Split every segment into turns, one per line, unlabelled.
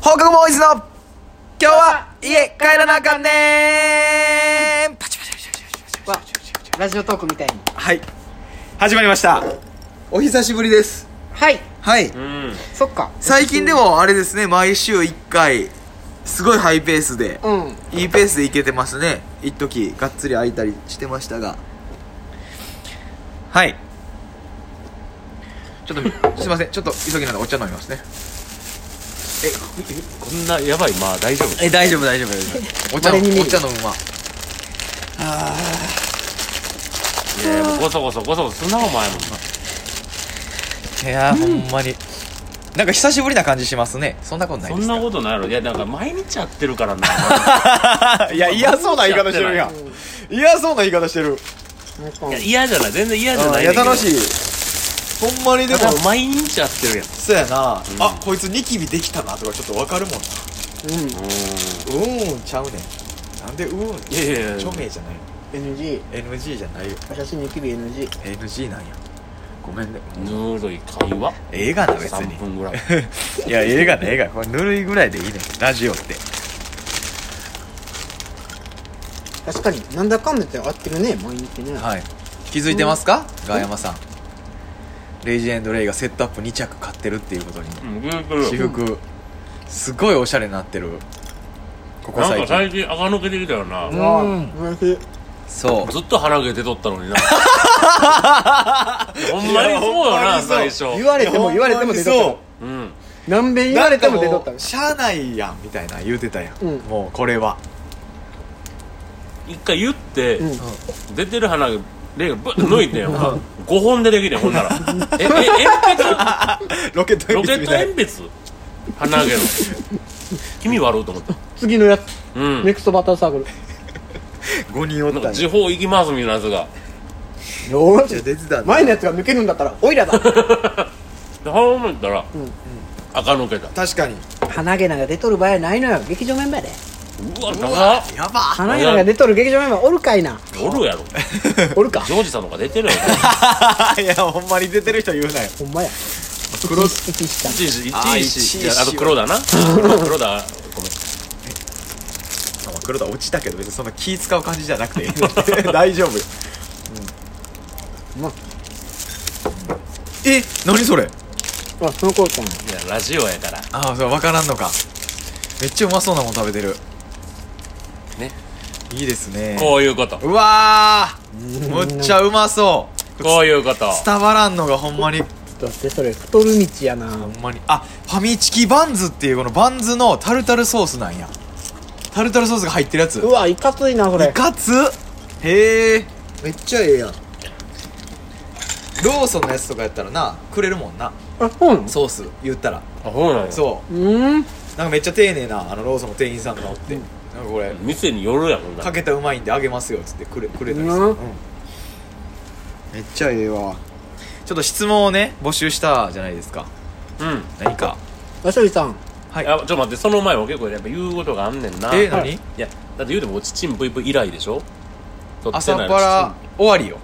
放課後ボーイズの今日は家帰らなあかんねーパチパチパチパチパチパチ
わラジオトークみたいに
はい始まりましたお久しぶりです
はい
はい
うん
そっか
最近でもあれですね毎週1回すごいハイペースで
うん
いいペースでいけてますね一時がっつり空いたりしてましたがはいちょっとすいませんちょっと急ぎなのでお茶飲みますね
こんなやばいまあ大丈夫
え大丈夫大丈夫大丈夫お茶
稀に見る
お茶飲むわ
いやいやもうごそごそごそごそすんなお前も
いやー、ほんまになんか久しぶりな感じしますねそんなことない
そ
で
ん
すか
なことないやろいやなんか毎日会ってるから な
いや嫌そうな言い方してるやん嫌そうな言い方してる
いや嫌じゃない全然嫌じゃ
あ
ないい
や
ねんけど
楽しいほんまにでも
ただ毎日会ってるやん
そうやな、あこいつニキビできたなとかちょっとわかるもんなうーんちゃうねんなんでうーん
いやいやいや
著名じゃない
NG
の NG じゃないよ
私ニキビ NG
NG なんやごめんね
ぬるい会話
映画な別に
3分ぐらい
いや映画ね映画これぬるいぐらいでいいねラジオって
確かになんだかんだって合ってるね毎日ね
はい気づいてますかガヤマさんレイジエンドレイがセットアップ2着買ってるっていうことに
うんグー
私
グル
服すごいおしゃれになってるここ
なん
最
か
近
最近垢抜けてきたよな
うわおいしい
そう
ずっと鼻毛出とったのに なほんまにそうよな最初
言われても言われても出とっ
うん
た何べん言われても出とった
なんかうしゃあないやんみたいな言うてたやん、
うん
もうこれは
一回言って
うん
出てる鼻毛レイがブッと抜いてよ5本出てきてんほんな らええ鉛筆
ロケット
ロ
鉛筆み
ケット
たいな
鉛筆鼻毛の気味悪いと思った
次のやつ
うん
ネクストバッターサークル
5人お
なん
った
か
ん
時
や
報行きますみたいなやつが
よ
じゃあ
し
出てたんだ
前のやつが抜けるんだったらオイラだ
でそう思ったら
ん
垢抜けた
確かに
鼻毛なんか出とる場合ないのよ劇場メンバーで
うわ長っ
やば
鼻毛なんか出とる劇場メンバーおるかいな
おるやろ
おるか
ジョージさんとか出てるや ろ
いやほんまに出てる人言うなよ
ほんまや
黒
一一した
一時
あー
一時
一時
いやあと黒だな黒だごめん
まあ黒田落ちたけど別にそんな気使う感じじゃなくて 大丈夫よ、
うまっ
え何それ
あその子ちゃん
いやラジオやから
ああそう分からんのかめっちゃうまそうなもん食べてる
ね
いいですね
こういうこと
うわーむっちゃうまそう
こういうこと
伝わらんのがほんまに
だってそれ太る道やな
ほんまにあファミチキバンズっていうこのバンズのタルタルソースなんやタルタルソースが入ってるやつ
うわいかついなそれ
いかつへえめっちゃええやんローソンのやつとかやったらなくれるもんな
あそうなの
ソース言ったら
あそうなんや
そう
うーん
なんかめっちゃ丁寧なあのローソンの店員さんがおって、なんかこれ
店によるやもんな
かけたらうまいんであげますよっつってくれくれたりする、
うん
うんめっちゃええわちょっと質問をね募集したじゃないですか
うん
何か
わしょりさん
はい
あちょっと待ってその前も結構やっぱ言うことがあんねんな
え
はい
何
いやだって言うてもおちちんぷいぷい以来でしょ撮って
朝
ない
パラ終わりよ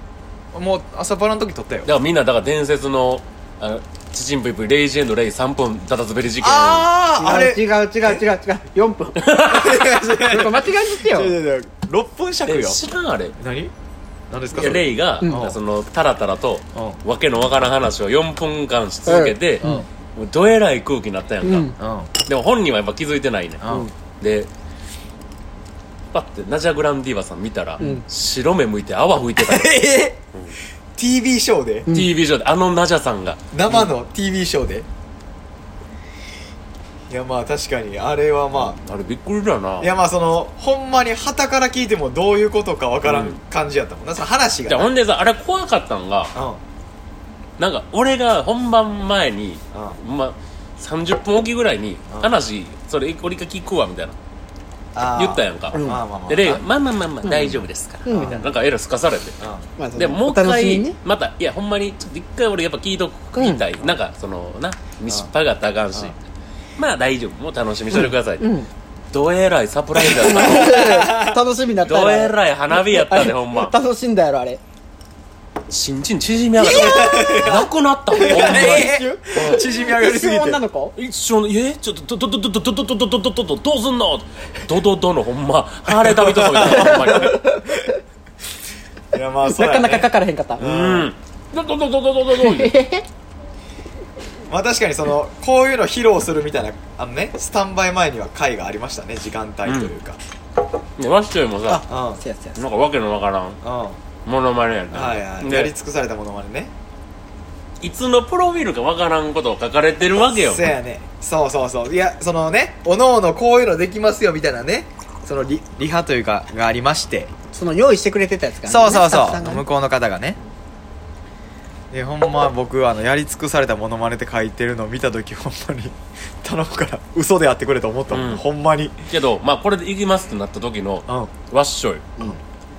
もう朝パラの時撮ったよ
だからみんなだから伝説のあのチチンプイプイレイジエンドレイ3分たたずべり事件
あああれ
違う違う違う違う違う4分ちょっと間違えてよ
6分尺
え
よ
知らんあれ
何何です
い
か
や
それ
レイが、
うん
そのタラタラと、
う
わけのわからん話を4分間し続けて、
ん
もうどえらい空気になったやんか、
うん
うん
でも本人はやっぱ気づいてないね、
うん
でパッてナジャ・グランディーバさん見たら、
ん
白目向いて泡吹いてたよ
え TV ショーで
TV 上であのナジャさんが
生の TV ショーでいやまあ確かにあれはま
あれびっくりだな
あいやまあそのほんまに旗から聞いてもどういうことかわからん感じやったもんなその話
じゃ
が
あ
な
ほんでさあれ怖かったんが
うん
なんか俺が本番前に、
あ
まあ、30分おきぐらいに
あ
話それ俺が聞くわみたいな
あー
言ったやんか
うん
まあまあまあ
でレイがまあまあまあまあ大丈夫ですから」
うん
みたいななんかエラすかされて
うん
まあその
でもう
お
一
楽しみ
回、
にね
またいやほんまにちょっと一回俺やっぱ聞いとくみたい、なんかそのな見しっぱがったらあかんしまあ大丈夫もう楽しみにしててください、
うん
どえらいサプライズだった
楽しみだった
ど
や
え
ろ
らい花火やったでほんま
楽しんだやろあれ
新人縮み上がったなくなったほんまに
え縮み上がりすぎて
女の子
一緒のえちょっとどどどどどどどどどどどどうすんのどどどのほんまハーレー旅とかみたいなほんまに
いやまあそう
な
や
かな
ね
かかからへんかった
うんどどどどどどど
まあ確かにそのこういうの披露するみたいなあのねスタンバイ前には回がありましたね時間帯というか
どワッショイもさ
うんうん
せやせや
なんかわけのわからん
は
モノマネやん
い
な
はい
で
やり尽くされたものまでね
いつのプロフィールかわからんことを書かれてるわけよ
そうやねそうそうそういやそのねおのおのこういうのできますよみたいなねそのリリハというかがありまして
その用意してくれてたやつがね
そうそう
スタッ
そ
フさんが
う
ね
向こうの方がねでほんま僕あのやり尽くされたモノマネって書いてるのを見た時ほんまに 頼むから嘘でやってくれと思ったもん、
うん
ほんまに
けどまあこれでいきますってなった時の
うん
ワッショイ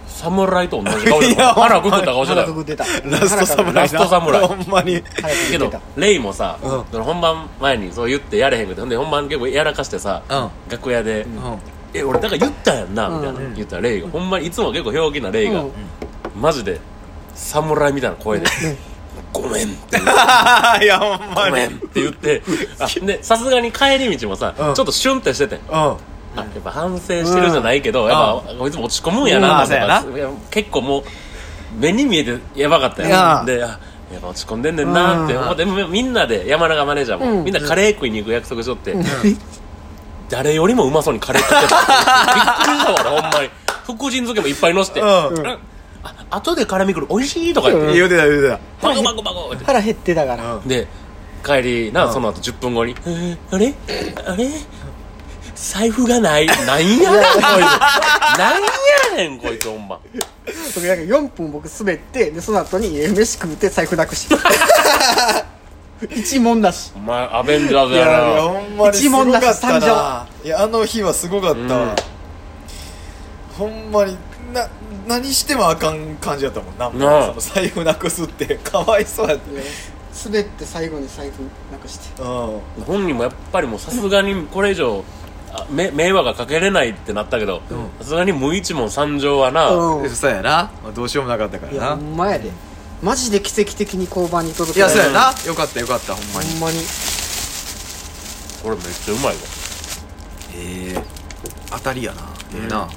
侍と同じ顔で
いや
腹くくった顔してた
腹
よ
くくってた
ラスト侍な
ラスト侍
ほんま
腹く
に
く
け
って
ど
た
レイもさ、
うん
その本番前にそう言ってやれへんくてほんで本番結構やらかしてさ、
う
楽屋で「
うん
え俺だから言ったやんな」みたいな、
うん
言ったらレイがほんまにいつも結構表現なレイが、
うん
マジで侍みたいな声で「ごめん」って言う
いやほん
ご
まに
めん」って言ってあでさすがに帰り道もさ、
うん
ちょっとシュンってしてて
うん
あやっぱ反省してるじゃないけど、やっぱこいつも落ち込むんや
うんま
な
あ
とか、
そ
いや結構もう目に見えてやばかったよ
いや
であやっぱ落ち込んでんねんなって思ってみみんなで山永マネージャーも、
うん
みんなカレー食いに行く約束しとって、誰よりもうまそうにカレー食ってたびっくりしたわ俺ほんまに福神漬けもいっぱいのせて、
うん
あ後で辛みくる美味しいとか言って、
うん
言うてた言うて
バコバコバコって
腹減ってたから
た
で帰りな、
うん
その後10分後に「えーあれあれ財布がないなんやねんこいつなんやねんこいつほんま
僕なんか4分僕滑ってでその後にえー飯食って財布なくして 一問なし
お前アベンジャーズ
い
やな
やほんまにす
一
ご
問
か
なし
ったないやあの日はすごかったわほんまにな何してもあかん感じだったもんな
なあ
その財布なくすってかわいそうやって
滑って最後に財布なくして
うん
本人もやっぱりもうさすがにこれ以上あめ迷惑がかけれないってなったけどさすがに無一文三乗はな、
うん
そうやなまあどうしようもなかったか
いやほんまやでマジで奇跡的に交番に届
い
けら
や
れ
そう
た
やなよかったよかったほん
ほ
まに
んまに
これめっちゃうまいわ
ええ当たりやなええな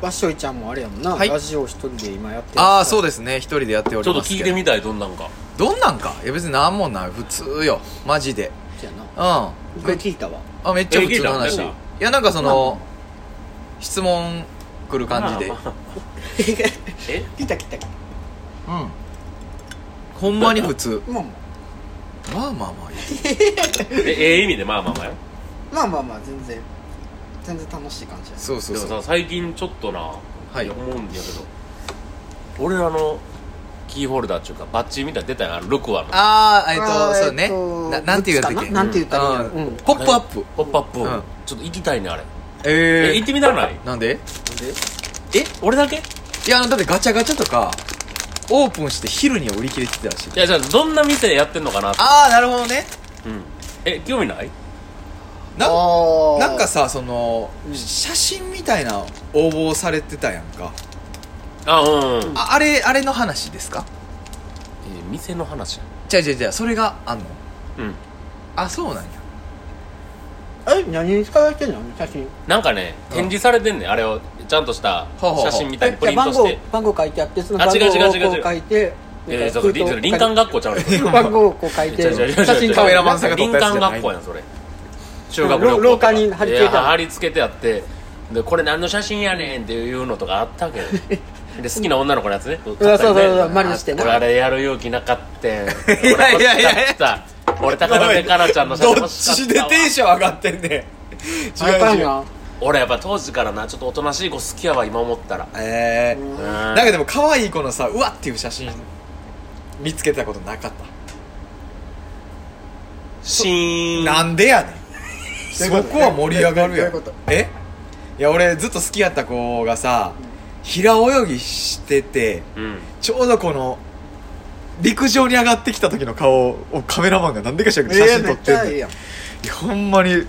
わっしょいちゃんもあれやもんな、
はい
ラジオ一人で今やってる
ああそうですね一人でやってお
ちょ
り
っと
ます
聞
け
いて
ど
みたいどんなんか
どんなんかいや別になんもない普通よマジで
うやな
うんあ
一回聞いたわ
めっちゃ普
え聞
通の
い
話
た
いやなんかその質問来る感じで
まあまあ え
聞いた聞いた聞い
うんほんまに普通
たまあま
まあまあまあいい
えええ意味でまあまあまあよ
あまあまあまあ全然全然楽しい感じや
そうそう
でも
そう
さ最近ちょっとな、
はい
思うんやけど俺らのキーホルダーっていうかバッジみたいなの出たやんあのルクアの
ああえっ
あ
と
ー
そうね
えっと
ななんて言うんだっ
グッ
け
ズかななんて言ったらいいんやろ
うん
うん
ポップアップ
ポップアップ、
うん
ちょっと行きたいねあれえ
え
行ってみたらない
えなんで
え俺だけい
いやあのだってガチャガチャとかオープンして昼には売り切れてたらしい
やじゃあどんな店やってんのかなって
ああなるほどね
うんえ興味ない
なん
あー
なんかさその、
うん
写真みたいな応募されてたやんか
あうん、うん、え
ああれあれの話ですか
店の話や
違う違う違うそれがあんの
うん
あそうなんや
え何に使われてんの写真
なんかね展示されてんねんあれをちゃんとした
ほうほうほう
写真みたい
え
にプ
じゃあ
リント
番
し
号
て
番号書いてあってその
あ
番号
違う違う違う
を
違
こ
う
う書いて
えー、ちょっと林間学校ちゃう の
番号をこう書いて
違う違う違う違う
写真
カメラマンさんが撮っ
林
たやつじ
間
ゃない
学校やんそれ修学旅行とか
廊下に貼り付けてある
いや貼り付けてあってでこれ何の写真やねんっていうのとかあったわけどで好きな女の子のやつねそう
そうそうそうマリしてな
俺あれやる勇気なかったん
いやいやいや
俺欲しかった俺高田かなちゃんの写真
ど
欲
っ
しかった
ちで
わ
テンション上がってんね ん
あやっぱ
違う
り
違う
な
俺やっぱ当時からなちょっとおとなしい子好きやわ今思ったら
え
う
ー、
ん
なんかでも可愛い子のさうわっていう写真見つけたことなかった
シーン
なんでやねん
どう
そ
いうこと
こは盛り上がるやん
どういうこと
えいや俺ずっと好きやった子がさ平泳ぎしてて
うん
ちょうどこの陸上に上がってきた時の顔をカメラマンが何でかしらんけど写真撮ってん
えーめっちゃ
の
いいやん
いやほんまに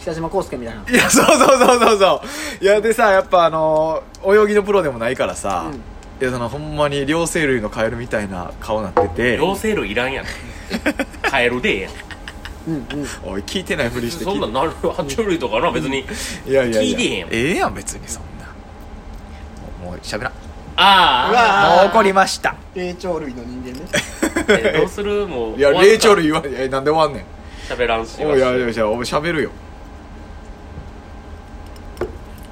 北島康介みたいない
やそうそうそうそうそういやでさやっぱあのー泳ぎのプロでもないからさ、
うん
いやそのほんまに両生類のカエルみたいな顔なってて
両生類いらんやんカエルでええやん
うんうん
おい聞いてないふりして
そ
聞い
ん
て
なんなる爬虫類とかな別に
いやいや
聞いてへんやん
ええやん別にそんなもうもう喋らん
あー
あ
もう怒りました
霊長類の人間ね
あえどうするもう
いや
終わるか
霊長類言わんいやなんで終わんね
喋らんし
んおいいやいやいやお前喋るよ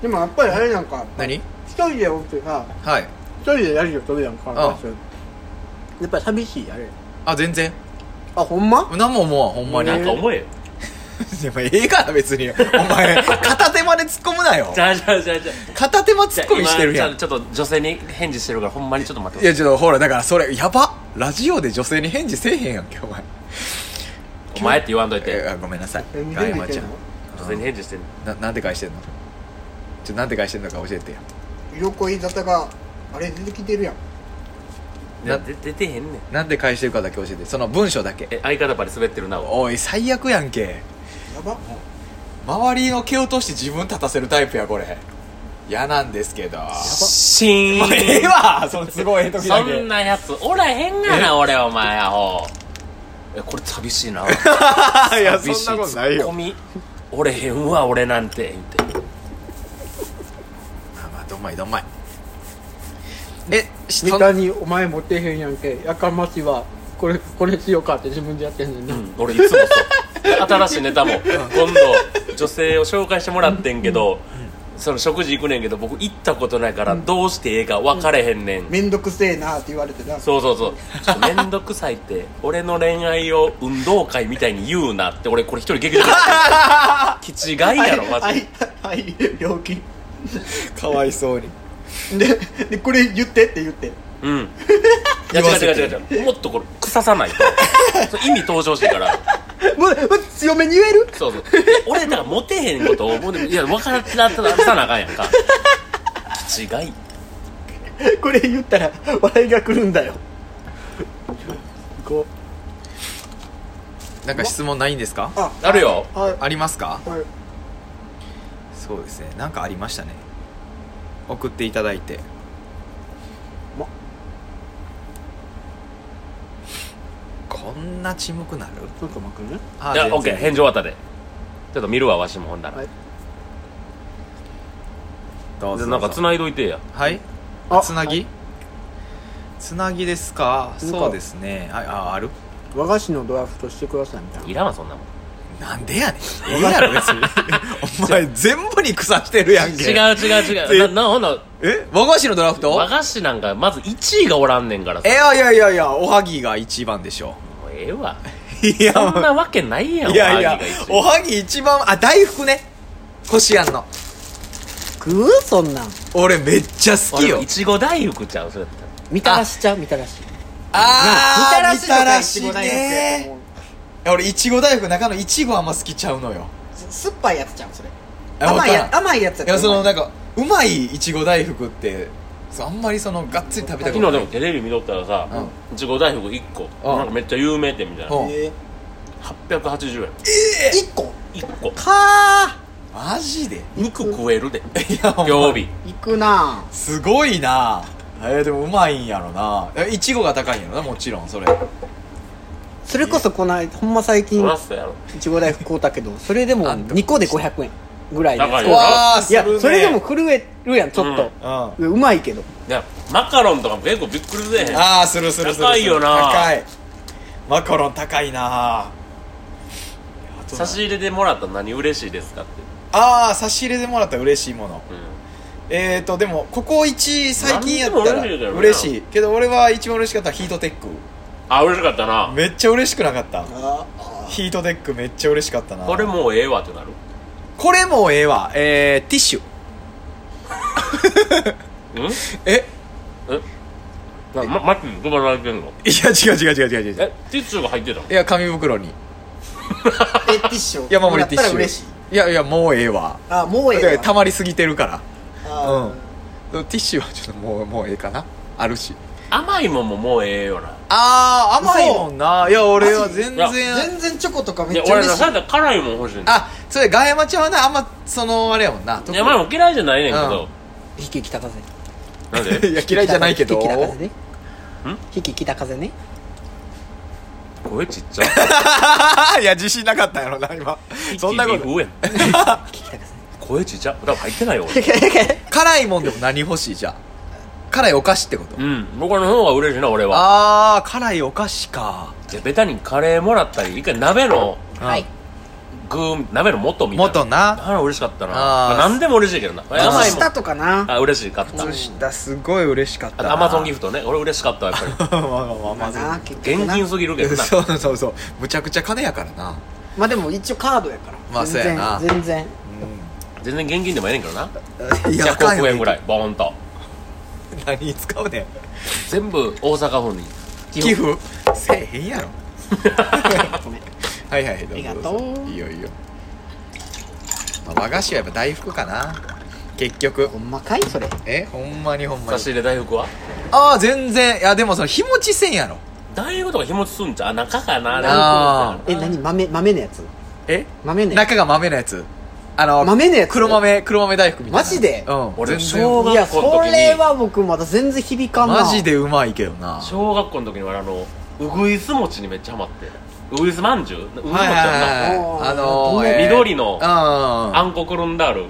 でもやっぱりあれなんか
何
一人でおってさ
はい
一人でやりを取るやんか
ん
やっぱり寂しいあれ
あ全然
あほんま
何も思わんほん まに
なんか思えよ
でもええから別にお前片手間で突っ込むなよ
じゃあじゃあじゃあじゃあ
片手間突っ込みしてるやん
今ちょっと女性に返事してるからほんまにちょっと待っ
い
て
やちょっとほらだからそれやばラジオで女性に返事せえへんやんけお前
お前って言わんとい
え
て
ーあごめんなさい
え見て
ガ
み
イマ
て
ち
ん
ゃん
の
女性に返事してる
ななんて返してんのちょなんて返してんのか教えてよ
色恋沙汰があれ出てきてるやん
いやで出てへんねん
なんて返してるかだけ教えてその文章だけ
え相方ばり滑ってるなお
おい最悪やんけ
やば
周りの蹴落として自分立たせるタイプやこれ嫌なんですけど
シー
もうええ
ン
わその都合ええ時
そ
だけ
んなやつおらへんがな俺お前アホえこれ寂しい な
いや
寂し
そんなことないよ
ツッコミおれへんわ俺なんて言って
まあまあどんまいどんまいえし
ネ
そん
タに「お前持ってへんやんけやかましはこれこれしようか」って自分でやってんのにな、
うん俺いつもそう新しいネタも今度女性を紹介してもらってんけどその食事行くねんけど僕行ったことないからどうしてええか分かれへんねん
めんどくせえなって言われてな
そうそうそうちょっと面倒くさいって 俺の恋愛を運動会みたいに言うなって俺これ一人劇場で気違いやろマ
は
ジ
いはい病気
かわいそうに
ででこれ言ってって言って
うんいや
言わ
違う
せて
違う違う違うもっとこれ腐さないとそう意味登場してから
もうもう強めに言える
そうそうで俺だからモテへんことをもうでもいや分からなったらさなあかんやんか気違い
これ言ったら笑いが来るんだよこ
なんか質問ないんですか
うあ
あるよ
はい
ありますか
はい
そうですねなんかありましたね送っていただいて
ま
こんな沈黙なる
ちょっと待ってね
あ
いや
全然
オッケー返事終わったでちょっと見るわわしもほんなら
はい
どうぞ
でなんかつないどいてや
はい
あ
つなぎ、つなぎですか
なんか
そうですねああある
和菓子のドラフトしてくださいみたい
いらんわそんなもん
なんでやねんいいやろ別に お前全部に腐してるやんけ
違う違う違うななほんなら
え和菓子のドラフト
和菓子なんかまず1位がおらんねんからさ
えいやいやいやいやおはぎが一番でしょ
もうええわ
いや
そんなわけないやん
いやいやお
おはぎが一位
はぎ一番あ大福ねこしあんの
食うそんなん
俺めっちゃ好
あ
き
でも
よ
いちご大福ちゃうそれやったら
みたらしちゃうみたらし
あーみたらし
とかいちご大福やと
ね
思
俺いちご大福中のいちごあんま好きちゃうのよ
うす酸っぱいやつちゃうそれ
えわ
甘い
から
や
ん
甘いやつやった
い
ら
やそのなんかうまいいちご大福ってそうあんまりそのがっつり食べた
昨
こ
日
とな
で
い
もテレビ見とったらさいちご大福1個
うん
なんかめっちゃ有名店みたいな
うん
え
880円
1個
1個
か
マジでい
肉食えるで
やお前
曜日
ーいくな
すごいなえー、でもうまいんやろなえいちごが高いんやろなもちろんそれ
それこそこないほんま最近
そらそうやろ
いちご大福買うたけどそれでも
あんた
2個で500円ぐらいで
高いよ
わあ
いや
するね
それでも震えるやんちょっと、
うんあ
うまいけど
いやマカロンとかも結構びっくりせえへん
あするするする
高いよな
高いマカロン高いな
差し入れでもらったら何嬉しいですかって
ああ差し入れでもらったら嬉しいもの
うん
えーとでもここ一最近やったら
何でも嬉しいだよな
嬉しいけど俺は一番嬉しかったのはヒートテック
あ嬉しかったな
めっちゃ嬉しくなかった
あ
ヒートテックめっちゃ嬉しかったな
これもうええわってなる
これもええわえー、ティッシュ
うん
え
なま、マッチに配られてんの
いや違う違う違う違う違う
えティッシュが入ってたの
いや紙袋に
えティッシュ
いやまあ俺ティッシ
もらったら嬉しい
ュいやいやもうええわ
あもうええ
だ
わ
から溜まりすぎてるか
あー
らうんティッシュはちょっともうもうええかなあるし
甘いもんももうええよな
あー甘いもんないや俺は
マジ
全
いや
然
全然チョコとかめっ
いや
ちゃ
俺
嬉
な
し
さ
い
っき辛いもん欲しいねん
あそれガヤマちゃんはなあんまそのあれやもんな特
い
に
やまあ嫌いじゃないねんけど、
うん
引き来たかぜ
なんで
いや嫌いじゃないけど
引き北風ね引き北風ね
声ちっちゃ
いや自信なかったんやろな今 そんなこ
息
と
上やん
引き北風ね
声ちっちゃ多分入って ないよ俺
辛いもんでも何欲しいじゃあ辛いお菓子ってこと
うん僕の方が嬉しいな俺は
あー辛いお菓子か
じゃあベタにカレーもらったり一回鍋の
はい
具鍋の元みたいな
元な
あら嬉しかったな
あー
まあ何でも嬉しいけどな
あ
甘いもん
下とかな
あ嬉しいかった
靴下すごい嬉しかっ
あ
た
とアマゾンギフトね俺嬉しかったわやっぱ
まあまあまあ
ま
ま
あ
ず
な結
り
局
現
な
金すぎるけどな
そうそうそうむちゃくちゃ金やからな
まあでも一応カードやから
まあそうやな
全然
全然現金でもええねんけどな
うんいや
100億円ぐら
い
いボーンと
何に使うねん
全部大阪府に
寄付せえへんやろ
ごめん
はいはいどうぞ
ありがとう
どぞいいよいいよ、まあ、和菓子はやっぱ大福かな結局
ほんまかいそれ
えほんまにほんま
差
に
し入れ大福は
ああ全然いやでもその日持ちせんやろ
大福とか日持ちすんじゃんあ中かな
あ
大
え
福
何豆豆のやつ
え
豆ね
中が豆のやつあの
豆のやつ
黒豆黒豆大福みたいな
マジで
うん
俺
全
小
然
学
いや
校
そ
の時に
れは僕まだ全然響かんな
マジでうまいけどな
小学校の時に俺あのうぐいす餅にめっちゃハマってうぐいすまんじゅううぐいす餅
はい
あ
はい
お
はい
ー
あのーえー
緑の
うん
のあんこくるんである
う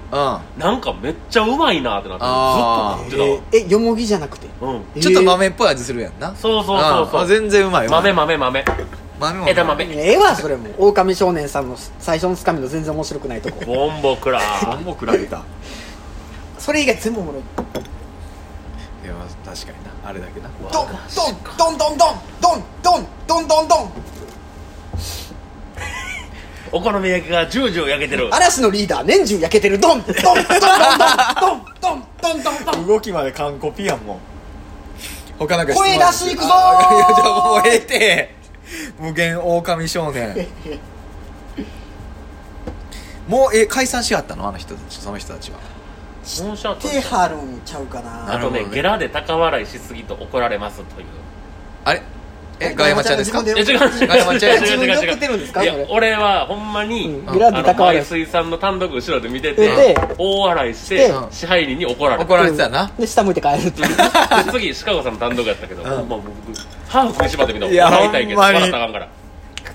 なんかめっちゃうまいなってな
あ
っ
ー
てずっと食って
ええよもぎじゃなくて
たわうん
んちょっと豆っぽい味するやんな
そうそうそうそうん
あ全然うまいわ
豆豆豆
豆も
枝豆
ええわそれも狼少年さんの最初のつかみの全然面白くないとこ
ボンボクラ
あんも食られたい
それ以外全部おもろい
やまあ確かになあれだけな
ドンドンドンドンドンドンドンドンドン
お好み焼きがジュージュー焼けてる
嵐のリーダー年中焼けてるドンドンドンドンドンドンドンドンドンドン
動きまで完コピやんもん他なんか
声出していくぞー
あいやじゃあもうええって無限狼少 年もうえ解散しはったのあの人たちその人たちは
モンシャート
手張るんちゃうかな
あ
なる
と
ほど
ね
ね
ゲラで高笑いしすぎと怒られますという
あれえガヤマちゃんですか
ガヤマ
え
ち
違う
ゃん
違う違う
ガヤマちゃん
違う違う違
自分
う
で送ってるんですか
いや
それ
俺はほんまに、
うん
ゲ
ラで高笑い
あの海水さんの単独後ろで見てて
で
大笑いし
して
て支配人に怒られ
怒
た
られてたな
で下向いて帰るっていう
で次シカゴさんの単独やったけど、
ん
もう僕歯を食いしばってみた
いや
笑いたいけど
ほんまに
笑ったらあかんから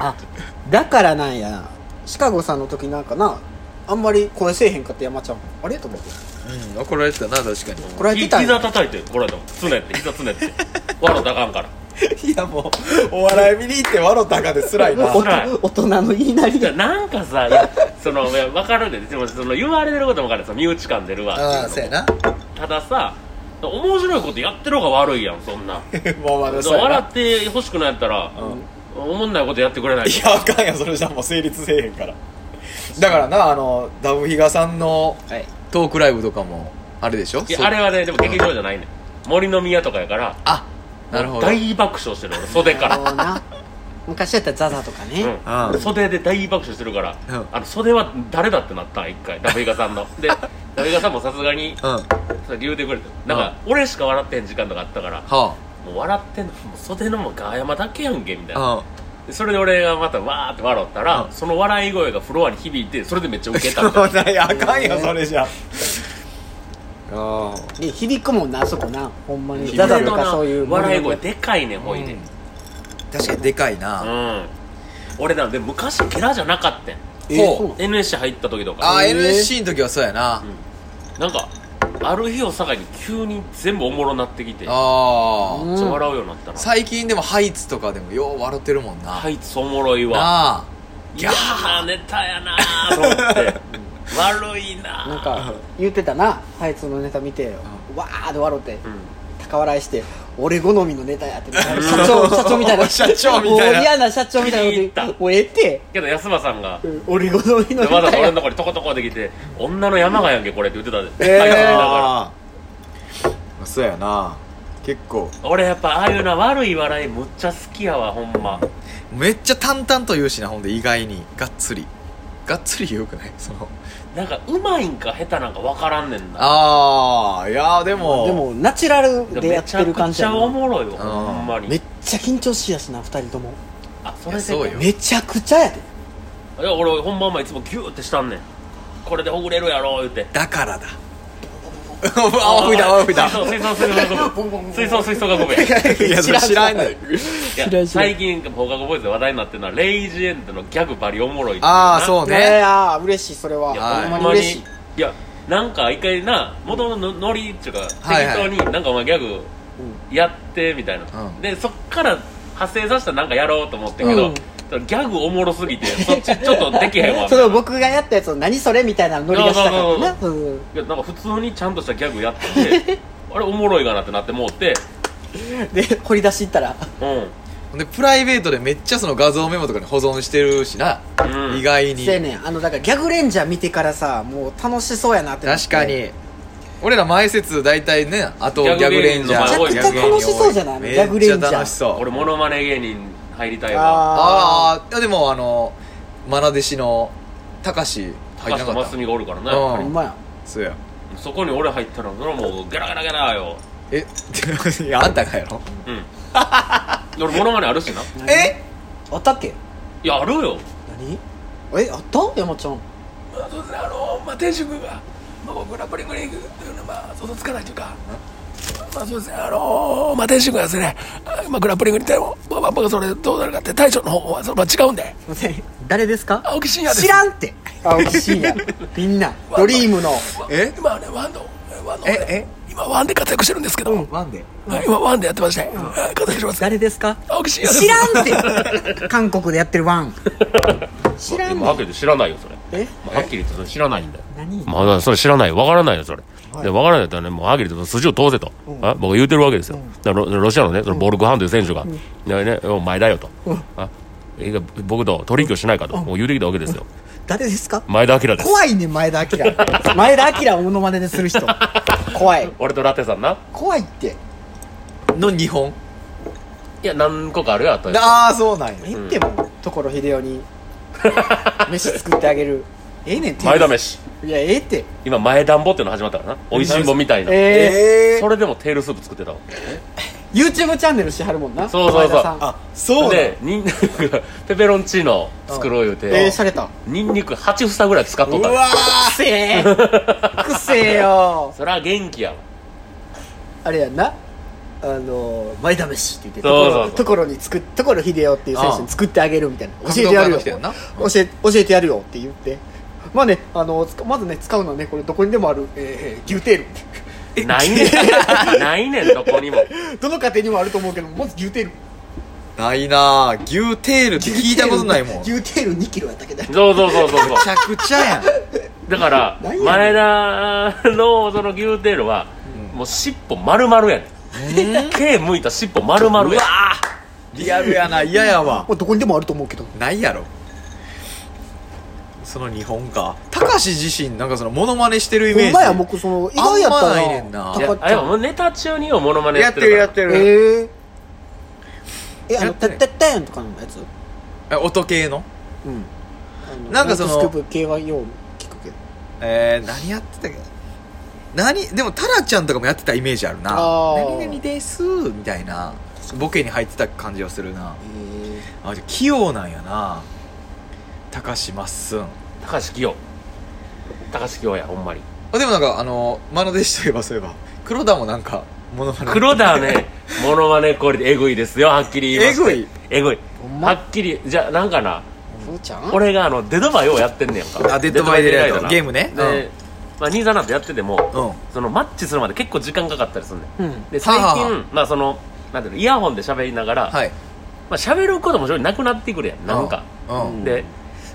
あだからなんやなシカゴさんの時なんかなあんまり声せえへんかって山ちゃんあれと思って
うん怒られてたな確かに
怒られてたんや
膝叩いて怒られたもんつねって膝つねって笑ったらあかんから
いやもうお笑い見に行って笑ったかで辛 いな
お
そら
大人の言いなり
じゃあ
や
なんかさいやそのいや分かるででもその言われてることも分かるその身内感出るわ
ああ
って
そ
いうう
やな
のたださ面白いことやってる方が悪いやんそんな
もう まだ そうやな
笑ってほしくないやったら、おもんないことやってくれない
いやあかんやんそれじゃもう成立せえへんからだからなあのダブヒガさん の
はい
トークライブとかもあれでしょ
いやあれはねでも劇場じゃないね、ん、森の宮とかやから
あなるほど
大爆笑してる俺袖か
なるほ
ら
どな昔やったらザザとかね、
あ
うん、袖で大爆笑してるから、
うん
あの袖は誰だってなったん一回ダブイガさ んのでダブイガさんもさすがに
うんは
それ言うてくれてなんか、俺しか笑ってへん時間とかあったから
あ
もう笑ってんのもう袖のもうガヤマだけやんけみたいな
うん
でそれで俺がまたわーって笑ったら、
うん
その笑い声がフロアに響いてそれでめっちゃウケたみたい
そうだよあかんよそれじゃあ
で響くもんなあそこなほんまに
な
ザザとかそういう
笑い声
も
でかいねほいで、
確かにでかいな、
うん俺なんで昔ゲラじゃなかったん
のえそう
ほ
な
NSC 入った時とか
あー
へー
NSC の時はそうやな、
なんかある日を境に急に全部おもろなってきてちょ
ああ、
うん
っと笑うようになったな、
最近でもハイツとかでもよう笑ってるもんな、
ハイツおもろいわ
なあ
嫌なネタやなと 思って悪いな
なんか言ってたなハイツのネタ見てわーって笑って
うん
高笑いして俺好みのネタやって社長社長みたいな
社長みたいな
もう嫌な社長みたいなこと言
言
っ
って
もうええって
けど安間さんが
うん俺好みのネ
わざ
タ
と俺
や
のとこにトコトコできて女の山がやんけこれって言ってたで、
え
ハイツ見ながら
あーそうやな結 構
俺やっぱああいうな悪い笑いむっちゃ好きやわほんま
めっちゃ淡々と言うしなほんで意外にがっつりがっつり言うくないその
なんかうまいんか下手なんか分からんねんな
ああいやーでも
でもナチュラルでや
め
っ
ち
て
ゃ
る感
く
じ
ち
や
ゃお
な
もろいわ
うん
ほんま
め
に
っちゃ緊張しやしな二人とも
あそれで
いやそうよ
めちゃくちゃやで
いや俺ほんまお前いつもギューってしたんねんこれでほぐれるやろ言うて
だからだ
ボ
泡吹いた泡吹いた
水槽水槽水槽
ボンボンボン
水槽水槽がごめんい
いやそれ知らんねん
知ら
や
ん知らん
最近放課後ボーイズで話題になってるのはレイジエンドのギャグバリおもろいってい
ああ
う
そう
ねえ
ね
ああ嬉しいそれはい
や
は
ほ
い
ほ
ん
ん
ま
ま
に
に嬉し
い
い
やなんか一回な元々のノリっていうか適
はいはい
当になんかお前ギャグやってみたいな、
うん
でそっから派生させたらなんかやろうと思ってんけど、
うん
そのギャグおもろすぎてそっちちょっとできへん わ
それを僕がやったやつを何それみたいなノリがしたからな
そ
うん
いやなんか普通にちゃんとしたギャグやって てあれおもろいかなってなってもうて
で掘り出し行ったら
うん
ほんでプライベートでめっちゃその画像メモとかに保存してるしな、
うん
意外に
せやねんあのだからギャグレンジャー見てからさもう楽しそうやなってなって
確かに俺ら前説大体ねあとギ
ギャ
ャ
グ
グ
レ
レ
ン
ン
ジ
ジ
ャ
ャ
ー
ー
めちゃくちゃ
楽しそうじゃない
めっ
ギャグレンジャー
ちゃ楽しそう
俺モノマネ芸人入りたいわ
あ
あーあでもあの愛弟子のたかし
高
入らな
橋
か
と
った
真澄がおるからね、
うん
あほんまや
そうや
そこに俺入ったらそれはもうゲラゲラゲラよ
えいやあんたがやろ
うん 俺モノマネあるしな
何
え
あったっけ
いやあるよ
何えあった山ちゃん
あのまあ天守君が、まあ、僕らプリングリングというのはまあ想像つかないというかまあそうですねあのまあ天守君はですねまあグランプリングにでもまあまあ僕それどうなるかって大将の方はそれまあ違うんで
待って誰ですか
青木真也です
知らんって青木真也みんなドリームの
え
今はねワンのワンの、
ええ
今ワンで活躍してるんですけど、
ワンで
はい今ワンでやってまして、はい活躍してます
誰ですか
青木真也です
知らんって韓国でやってるワン知らん
はっ
ね
きり言って知らないよそれ
え
まあはっきり言ってそれ知らないんだよ
何
まあだからそれ知らないわからないよそれ、でわからないとねもうはっきり言って筋を通せと、あ僕言うてるわけですよ、だからロロシアのねそのボルクハンという選手が、ねねお前だよと、あえ僕と取引をしないかと、もう言うてきたわけですよ、
誰ですか
前田明です
怖いね前田明前田明をモノマネでする人怖い
俺とラテさんな
怖いって
の日本
いや何個かあるよあったよ
ああそうなんや
えっても所秀夫 に飯作ってあげるええねんて
前田飯
いやええって
今前田んぼっていうの始まったからな美味しんぼみたいな、
ええ
え
それでもテールスープ作ってたわ
YouTube チャンネルしはるもんな
そうそうそう
前田さん
あそうなん
でにんペペロンチーノ作ろう言うて、
ええしゃれた
ニンニク8房ぐらい使っと
う
った
わ
くせえ くせえよ
そりゃ元気やわ
あれやんなあのー前試しって言って
そうそうそう
ところに作っところ秀夫っていう選手に作ってあげるみたいな
ああ
教えてやるよ
格闘家の人やんな
教え教えてやるよって言ってまあねあのつかまずね使うのはねこれどこにでもある、えー牛テール
ないねんないねんどこにも
どの家庭にもあると思うけどまず牛テール
ないなあ牛テールって聞いたことないもんめ
牛テール2キロやったけど
そうそうそうそうそう
ちゃくちゃやん
だから
何や
前田のその牛テールはもう尻尾丸々やねん毛向いた尻尾丸々や
リアルやな嫌やわ
まあどこにでもあると思うけど
ないやろその日本かたかし自身なんかそのモノマネしてるイ
ほ
メージ
んまや僕その意外やっ
あんまない
た
ね
なん
な
高
ねいや
っ
あ
ち
や
ゃ
っ
ん
ぱネタ中にをモノマネ
や
や
っ
ってて
る
る
や
か
って
え
る、
ー、えあ
や
の「
って
た
る
ったったやん」とかのやつ
え音系の
うんあ
なんかその
ライトスクープ系はよう聞くけど
えー、何やってたっけ何でもタラちゃんとかもやってたイメージあるな
あー
何々ですみたいなボケに入ってた感じはするな
え
あじゃあ器用なんやな高しまっすん
高橋清高橋清やほんまに
あでもなんかあのマナ弟子といえばそういえば黒田もなんかモノマネ
黒田はねモノマネこれでエグいですよはっきり言います
エグい
エグい
ほんま
はっきりじゃあなんかな
ー、ふーちゃん
俺があのデドバイをやってんねやんか
あデッドバイデイライト
な
ゲームね
で、まあ、兄さんなんてやってても、
うん
そのマッチするまで結構時間かかったりするねん
うん
で最
はあは
近まあそのなんていうのイヤホンで喋りながら、
はい
まあ喋ることも正直なくなってくるやんなんか、
うんうん
で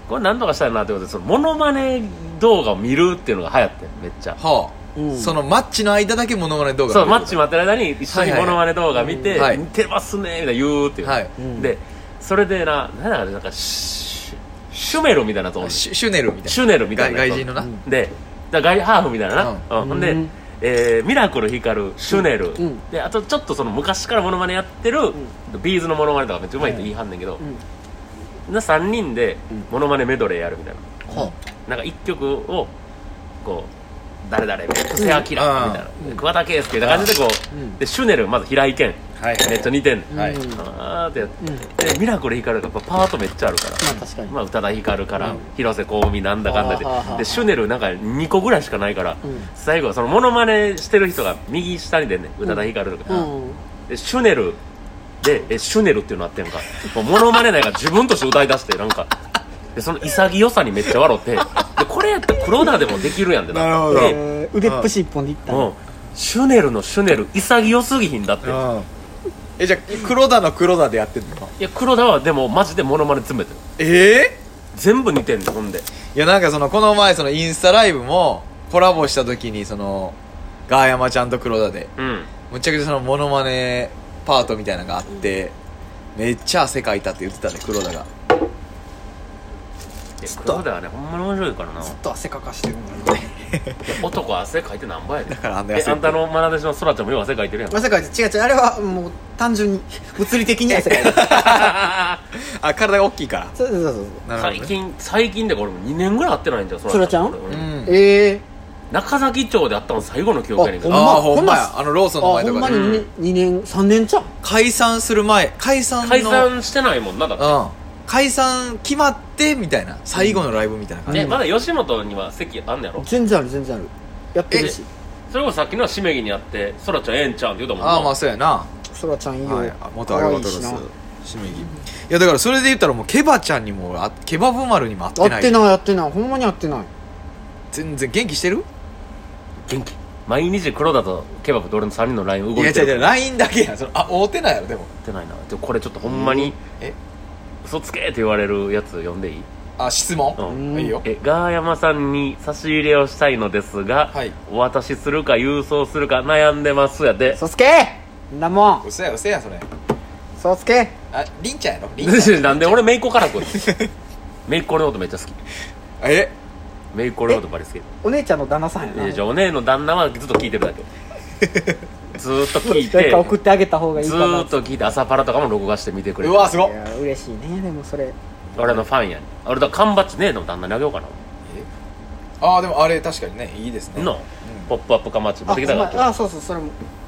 これなんとかしたいなってことでそのモノマネ動画を見るっていうのが流行ってんめっちゃ
はあ、
うん
そのマッチの間だけモノマネ動画
そうマッチ待ってる間に一緒に
はいはい
モノマネ動画見て「
はい
似てますね」みたいな言うっていう、
はい
うん
でそれでななんだかねなんかシュシュメルみたいなと思う
シュシュネルみたいな
シュネルみたいな
外外人のな、
ん
でだから外ハーフみたいなな、うんほんで、
うん
えーミラクル光るシュネル、
んうん
であとちょっとその昔からモノマネやってる、ビーズのモノマネとかめっちゃうまいって言いはんねんけど、な3人でモノマネメドレーやるみたいな
は
なんか1曲をこう誰々みたいな布施明みたいな、
う
桑田佳祐みたいな感じでこう、でシュネルまず平井堅
あはい
めっちゃ似てんねん、
はい
あーってやって、でミラクル光るがやっぱパートめっちゃあるから、
まあ確かに
まあ、宇多田ヒカルから、広瀬香美なんだかんだで
はあはあはあ
でシュネルなんか2個ぐらいしかないから、
ん
最後はそのモノマネしてる人が右下に出んねん宇多田ヒカルとか、
うん
でシュネルでえシュネルっていうのあってんかもうモノマネないから自分として歌い出してなんかでその潔さにめっちゃ笑ってでこれやったら黒田でもできるやんって
なる
な
ほ
っ
ど
て
えー腕っぷし一本でいった
うんシュネルのシュネル潔すぎひんだって
うんえじゃあ黒田の黒田でやってんのか
いや黒田はでもマジでモノマネ詰めてる
ええ
全部似てんねんほんで
いやなんかそのこの前そのインスタライブもコラボした時にそのガーヤマちゃんと黒田で
うん
むっちゃくちゃそのモノマネパートみたいなのがあってめっちゃ汗かいたって言ってたね黒田が
いや黒田はねほんまに面白いからな
ずっと汗かかしてるんだよね
男汗かいてなんぼやねん
だからあんな
え
痩せ
あんた
て
の愛弟子の空ちゃんもよう汗かいてるやん
汗かいて違う違うあれはもう単純に物理的に汗かいてる
あ体が大きいから
そうそうそうそう
なるほど、ね、
最近最近で俺も2年ぐらい会ってないんじゃん空
空ちゃん
俺
うん
ええ
中崎町で会ったの最後の記憶やねんけど
ほんま
ああほんま
ほん
や
ま
あのローソ
あ
ン
ほ
の前と
ん
か
ま
で
に
うん
2年3年ちゃう
解散する前解散の
解散してないもんなだって
うん解散決まってみたいな最後のライブみたいな感じ、
えまだ吉本には席あんねやろ
全然ある全然あるやってるし
それこそさっきのはしめぎにあって「そらちゃんええんちゃうん」って言うたもんな
ああまあそうやな
そらちゃんいいよ、
はい、あ元ア
可
ル
愛
バ
い
トロス
しな
しめぎいやだからそれで言ったらもうケバちゃんにもあケバブ丸にも会ってな
会
い
ってない会ってないほんまに会ってない
全然元気してる
元気毎日黒田とケバブと俺の3人の LINE
い
動
や
いて
違う
る
違う LINE だけやんそのあ会うてないやろでも
ってないなでもこれちょっとほんまに
え
嘘つけって言われるやつ読んでいい
あ質問、
うん
いいよ
えガーヤマさんに差し入れをしたいのですが、
はい
お渡しするか郵送するか悩んでますやで
そすけんなもん
うそやうそやそれ
そすけ
ありんちゃ んやろり
なんで俺めいっ子から来るめいっ子俺のことめっちゃ好き
え
めいっ子俺のことバリ好き
お姉ちゃんの旦那さんやな
えじゃあお姉の旦那はずっと聞いてるだけずーっと聞い
誰
て
か送ってあげた方がいい
ず
かな
ーっと聞いて朝パラとかも録画して見てくれ
う
て
わすごっ
いや嬉しいねでもそれ
俺のファンやね俺だから缶バッジ姉の旦那にあげようかな
ああでもあれ確かにねいいですね
の、ポップアップ缶バッジ持
あ
ってきたから
ほんまあそうそうそれも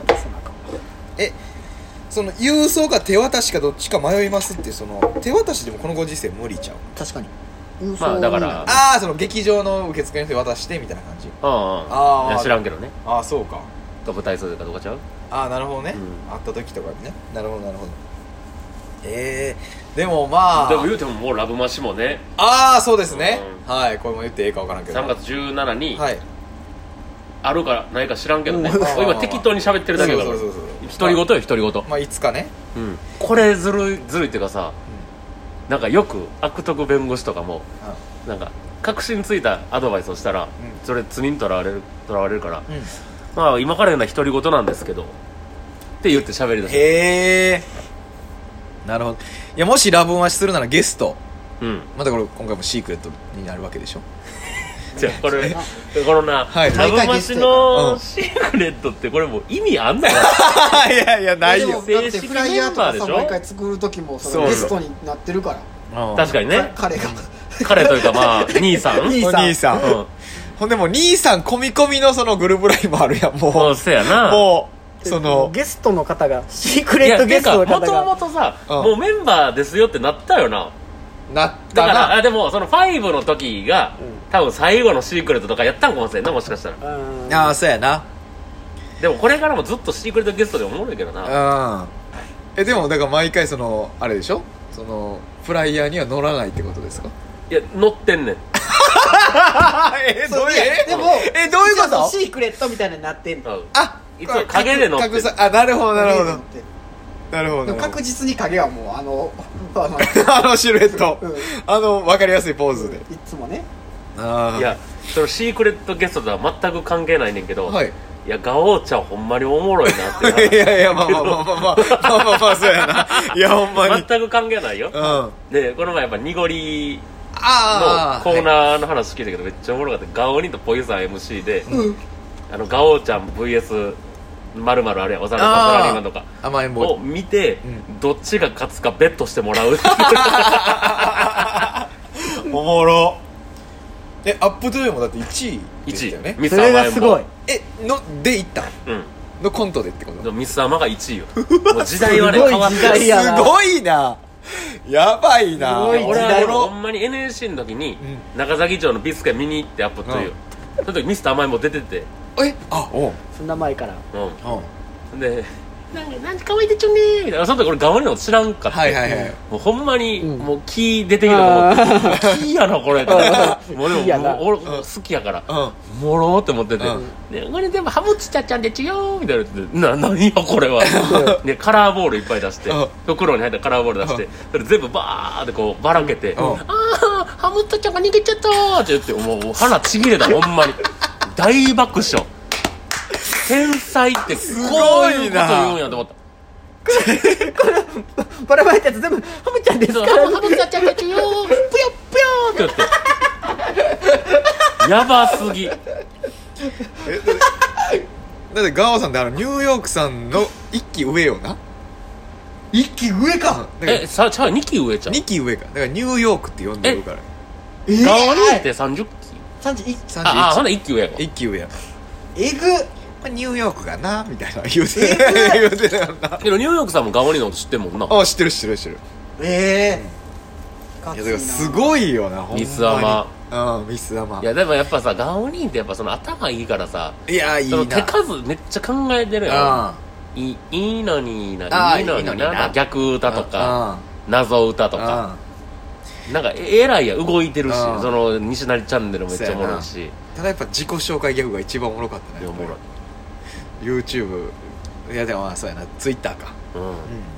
渡さなあかん
その郵送か手渡しかどっちか迷いますってその手渡しでもこのご時世無理ちゃう
確かに郵送
まあだから
ああその劇場の受付の人に渡してみたいな感じ
うん
あ
うん
ー
いや知らんけどね
ああそうか
トップ体操でかどうかちゃう
ああなるほどね、
う
会った時とかにねなるほどなるほどええでもまあ
でも言うてももうラブマシもね
ああそうですね、はいこれも言ってええか分からんけど
3月17に
はい
あるかないか知らんけどね
うん
俺今適当に喋ってるだけだから
そうそうそうそう
独り言よ独り言
まあいつかね
うんこれずるいずるいっていうかさなんかよく悪徳弁護士とかもなんか確信ついたアドバイスをしたら
ん
それ罪にとらわれるとらわれるから
うん
まあ今から言うのは独り言なんですけどって言って喋りだし
へえなるほどいやもしラブマシするならゲスト
うん
またこれ今回もシークレットになるわけでしょ
じゃあこれこのな
はい
ラブマシ
う
の
ん
シークレットってこれもう意味あんの か
いやいやない
でも
よ
だってフライヤーとか
正式メンバーで
さ
しょ
毎回作る時もそ
そう
のゲストになってるから
確かにね
彼が
彼というか まあ兄さん
兄
お
さん
兄さん、
うん
ほんでもう兄さん込み込みのそのグループラインもあるやんもう
そうせやな
もうその
ゲストの方がシーク
い
レッ
や
トゲストの
て
方
かもとも
が
とさ、
うん
もうメンバーですよってなったよな
なっ
だ
たな
からあでもその5の時が、
ん
多分最後のシークレットとかやったんかもしれんなもしかしたら
うん
ああそうやな
でもこれからもずっとシークレットゲストでおもろいけどな
うんえでもだから毎回そのあれでしょそのフライヤーには乗らないってことです か
いや乗ってんねん
え
そういやでも
えどういうこ
一応
と
シークレットみたいなのになってんの
うん
あ
いつも影で乗ってる
隠さあなるほどなるほ
影で乗っ
ど
てる
なるほど
でも
なるほ
確実に影はもうあの あの
ど あのシルエット
うん
あの分かりやすいポーズで
いつもね
ああ
いやそのシークレットゲストとは全く関係ないねんけど、
はい
いやガオーちゃんほんまにおもろいなって
いやいやまあまあまあまあまあまあまあまあそうや ないや ほんまにうん
全く関係ないよ
あ
でこの前やっぱ濁りの
あ
コー
ー
ナーの話聞いたけどめっちゃおもろかったガオニとポイさん MC で、
うん
あのガオちゃん VS まるまるあれやん幼いサラリーマンとか
甘えん
を
坊
見て、
う
どっちが勝つかベットしても らう
おもろえアップトゥーもだって1位でし
1
たよ
位
ね
ミ
それがすごい
えのでいったん
うん
のコントでってこと
でもミス様が1位よ もう時代はね
すごい
変わっ
時
て
代
る
やな
すごいなやばいな
すごい時
俺
代
はで
俺は
もほんまに NSC の時に中崎町のビスケ見に行ってアップという、その時ミスター甘いも出てて
えあおう
そんな前から
うん
おう
で「なんか何かわいてちょんねー」みたいなその時俺ガモリのこと知らんかった、
はいはいはい
もうほんまに、
うん
もう木出てきたと思 って「木やなこれ」ってもうで
木や
も
な
もう俺もう好きやから
うん
おもろーって思ってて、
うん
でこれでもハムチちゃちゃんで違うみたいな言ってな何やこれはでカラーボールいっぱい出して
うん
袋に入ったカラーボール出してそれ全部バーってこうばらけて「ああハムチちゃんが逃げちゃった」って言ってもう腹ちぎれたほんまに大爆笑天才ってこういうこと言うんやと思った
バラバラってやつ全部ハムちゃんです
そう
から
ハムチちゃちゃんで違うぷよぷよって言ってやばすぎ
だってガオさんってあのニューヨークさんの一期上よな
一気上か
だから
えさちゃう2期上ちゃう
2期上かだからニューヨークって呼んでるから
ええ
ガワルって30期
31
31
ああほな1期上やわ
一期上やな
えぐ
まあニューヨークがなみたいな言うて、
えー
言うてたよ な
けどニューヨークさんもガモリのこと知ってんもんな
あ知ってる知ってる知ってる
ええ
いやだからす
い
ごいよなほんまに
ミスア
マうんミスアマ
いやでもやっぱさガモリンってやっぱその頭いいからさ
いやいい
その手
な
数めっちゃ考えてるや
あ
んいいいいのに
あ
な
ー
いいのに
いいのに
な
な
逆歌とか
あ
謎歌とか
あ
なんかええらいや動いてるし
うん
その西成チャンネルめっちゃおもろいし
ただやっぱ自己紹介ギャグが一番おもろかったね
おもろい
YouTube いやでもまあそうやな Twitter か
うん
うん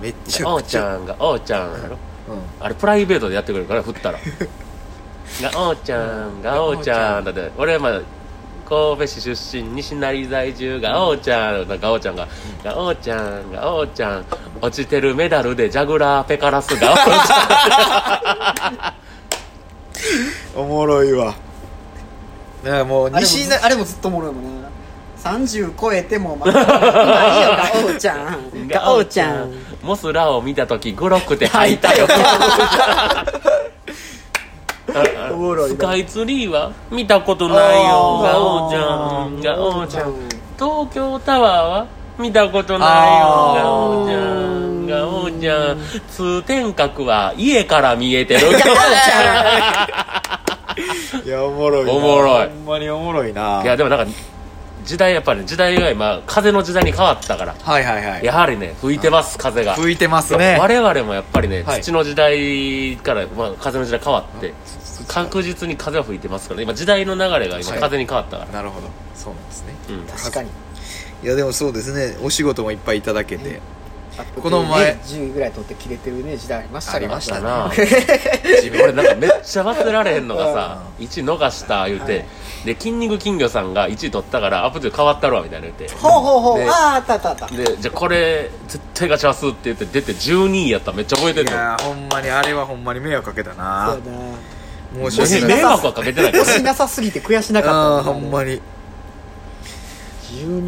めっち
で
ゃ
お
く
うち
ちゃ
ゃんがおうちゃんやろ
うん
あれプライベートでやってくれるから振っ たらがおうちゃんがおうちゃんだって俺はまだ神戸市出身西成在住がおうちゃんがおうちゃんががおうちゃんがおうちゃん落ちてるメダルでジャグラーペカラスがおうちゃ
おもろいわだからもう
あれもず
西な
あれもずっとおもろいもんな30超えてもまだいいよガオーちゃん
ん
ガオーちゃん
モスラを見た時グロくて吐いたよ
おもろい
ス
な
カイツリーは見たことないよがおうちゃんがおうちゃん東京タワーは見たことないよガオちゃんガオちゃん通天閣は家から見 えてるガオちゃ
いやおもろいな
おもろい
ほんまにおもろいなん
いやでもなんか時代やっぱり時代が今風の時代に変わったから
はいはいはい
やはりね吹いてます風が
吹いてますね
我々もやっぱりね、
はい
土の時代から、まあ、風の時代変わって確実に風は吹いてますから、ね、今時代の流れが今
はい
風に変わったから、
なるほどそうなんですね
うん
確かに
いやでもそうですねお仕事もいっぱいいただけてこ
こ
の
の
前
前10位ぐらい取って切れてるね時代ありました
ありました
あ
ね
ったな自分俺なんかめっちゃ忘れられへんのがさ1位逃した言うて、で筋肉金魚さんが1位取ったからアップデート変わったるわみたいな言うて
ほうほうほう
で
あああったあったあった
でじゃあこれ絶対勝ちますって言って出て12位やっためっちゃ覚えて
い
るの
やーほんまにあれはほんまに迷惑かけたな
そうだな
申し
別に
訳ない
迷惑はかけてない から
腰なさすぎて悔しなか
あ
った
あほんまに
12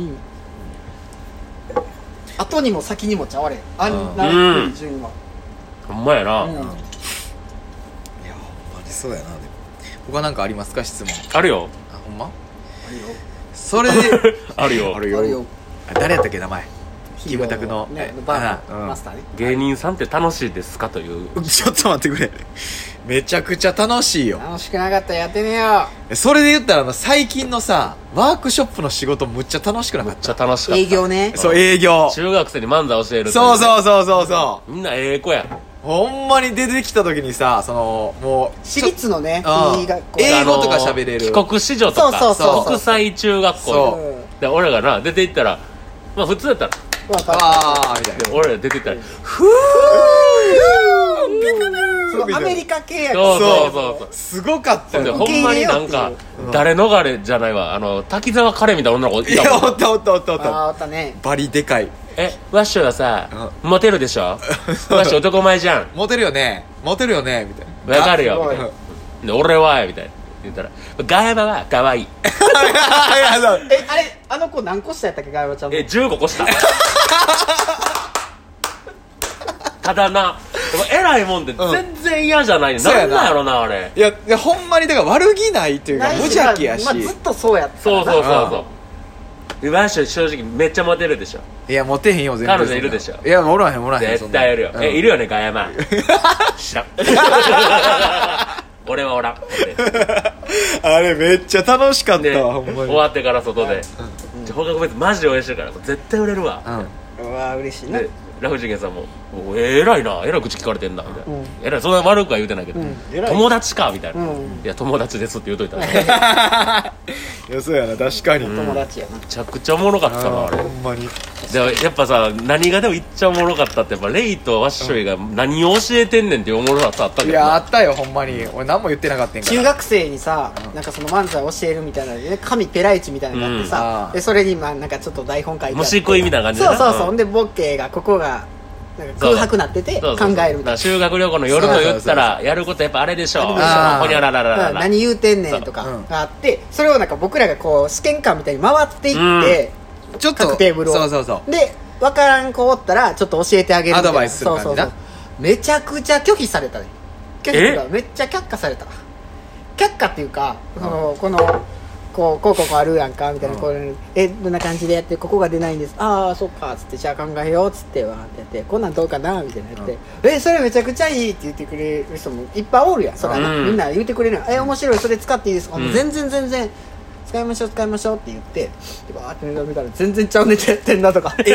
後にも先にもちゃうあれあんな
うん
順位は
ほんまやな、
うん
いやほんまにそうやなでも他なんかありますか質問
あるよ
あほんまそれで
あるよ
ある
あれよ
よあ誰やったっけ名前キムタクの
ね
え
バー
あう
の
ん
マスターね
芸人さんって楽しいですかという
ちょっと待ってくれめちゃくちゃ楽しいよ
楽しくなかったらやってねえよ
それで言ったらあの最近のさワークショップの仕事むっちゃ楽しくなか
めっ
っ
ちゃ楽しかった
営業ね
たそう営業そう
中学生に漫才教えるとい
そうそうそうそう
みんなええ子や
ほんまに出てきた時にさそのもう
私立のね
うん
いい学校
英語とか喋れる
あの帰国子女とか
そうそうそう
国際中学校
そう
うん
で俺らがな出て行ったらまあ普通だったら
わかる
ああみたいな
で俺ら出て行ったら
そのアメリカ系や
そうそうそ
そ
うそう
すごかった
ほんで
よ
ほんまになんか
うん
誰逃れじゃないわあの滝沢カレンみたいな女の子い
い
た
やお
もん
ったおったおったおっ
ああ
た
あったね
バリでかい
えワッショイはさモテるでしょワ
う
ッショイ男前じゃん
モテるよねモテるよねみたいな
わかるよ
すご
み
い
たいなで俺はみたいな言ったらガヤマは可愛い
あいやそう
えあれあの子何個下やったっけガイワちゃんの
え15個した ただなでも偉いもんで全然嫌じゃない、
そう
な
やなん
なんやろなあれ
いやいやほんまにだから悪気ないというか
ない
無
し
邪気やし
まあずっとそうやった
そうそうそうそう今正直めっちゃモテるでしょ
いやモテへんよ全然
彼女いるでしょ
いやおらへんおらへん
絶対いるよ
そんな
えいるよねガヤ マ知らん 俺はおらん
あれめっちゃ楽しかっ
で
たわほんま
終
に
わってから外で放課後別マジで応援してるから絶対売れるわ
うん
うわ嬉しいな
でラフ次元さんも「おえらいなえらい口聞かれてんな」みたいな
うん
「えらいそんな悪くは言うてないけど、
うん偉い
友達か」みたいな「
うん
いや友達です」って言うといたらめ
いやそうやな確かに
友達やな
ちゃくちゃおもろかった
あ
なあ
ー
れ
ほんまに
でやっぱさ何がでもいっちゃおもろかったってやっぱレイとワッショイが何を教えてんねんっていうおもろさあったけ
い
ど
やあ
な
ったよほんまに俺何も言ってなかったんか
中
ら
学生にさ、なんかその漫才教えるみたいなので神ペライチみたいなのがあってさ
う、ん
でそれにまあなんかちょっと台本書いてあって
虫食いみたいな感じで
そ
な
うそうそう、
うん
ほんでボッケーがここがなんか空白なってて
そ
考
うそうそう
えるみ
だか
たい
ら修学旅行の夜の言ったらやることやっぱあれでし
あ
ょ
るでしょ
あーほにゃららら
な、
ら
うん
ら
何言うてんねんと
そうう
か
ん
があってそれをなんか僕らがこう試験官みたいに回っていって、
ちょっと
各テーブルを
そうそうそう
で分からん子おったらちょっと教えてあげるみたいな
アドバイスする感じな
そうそうそうめちゃくちゃ拒否されたね拒否というかめっちゃ却下された却下っていうか、そのこのこうこうこうこうあるやんかみたいな、
うん
こういうえどんな感じでやってここが出ないんですああそっかっつってじゃあ考えようっつってわーってやってこんなんどうかなみたいなやって、えそれめちゃくちゃいいって言ってくれる人もいっぱいおるやんそらな、
うん
みんな言ってくれるやんえ面白いそれ使っていいですか、
うん
全然全然使いましょう使いましょうって言ってでバーって見たら全然ちゃうねんやってんなと か
ええ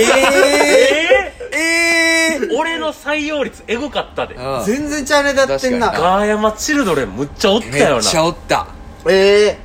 え
ー、え
ー俺の採用率エゴかったで
ー
全然チャンネルやってん
確
な
ガーヤマチルドレンむっちゃおった
め
よ
っ
な
ちゃおった
えー、え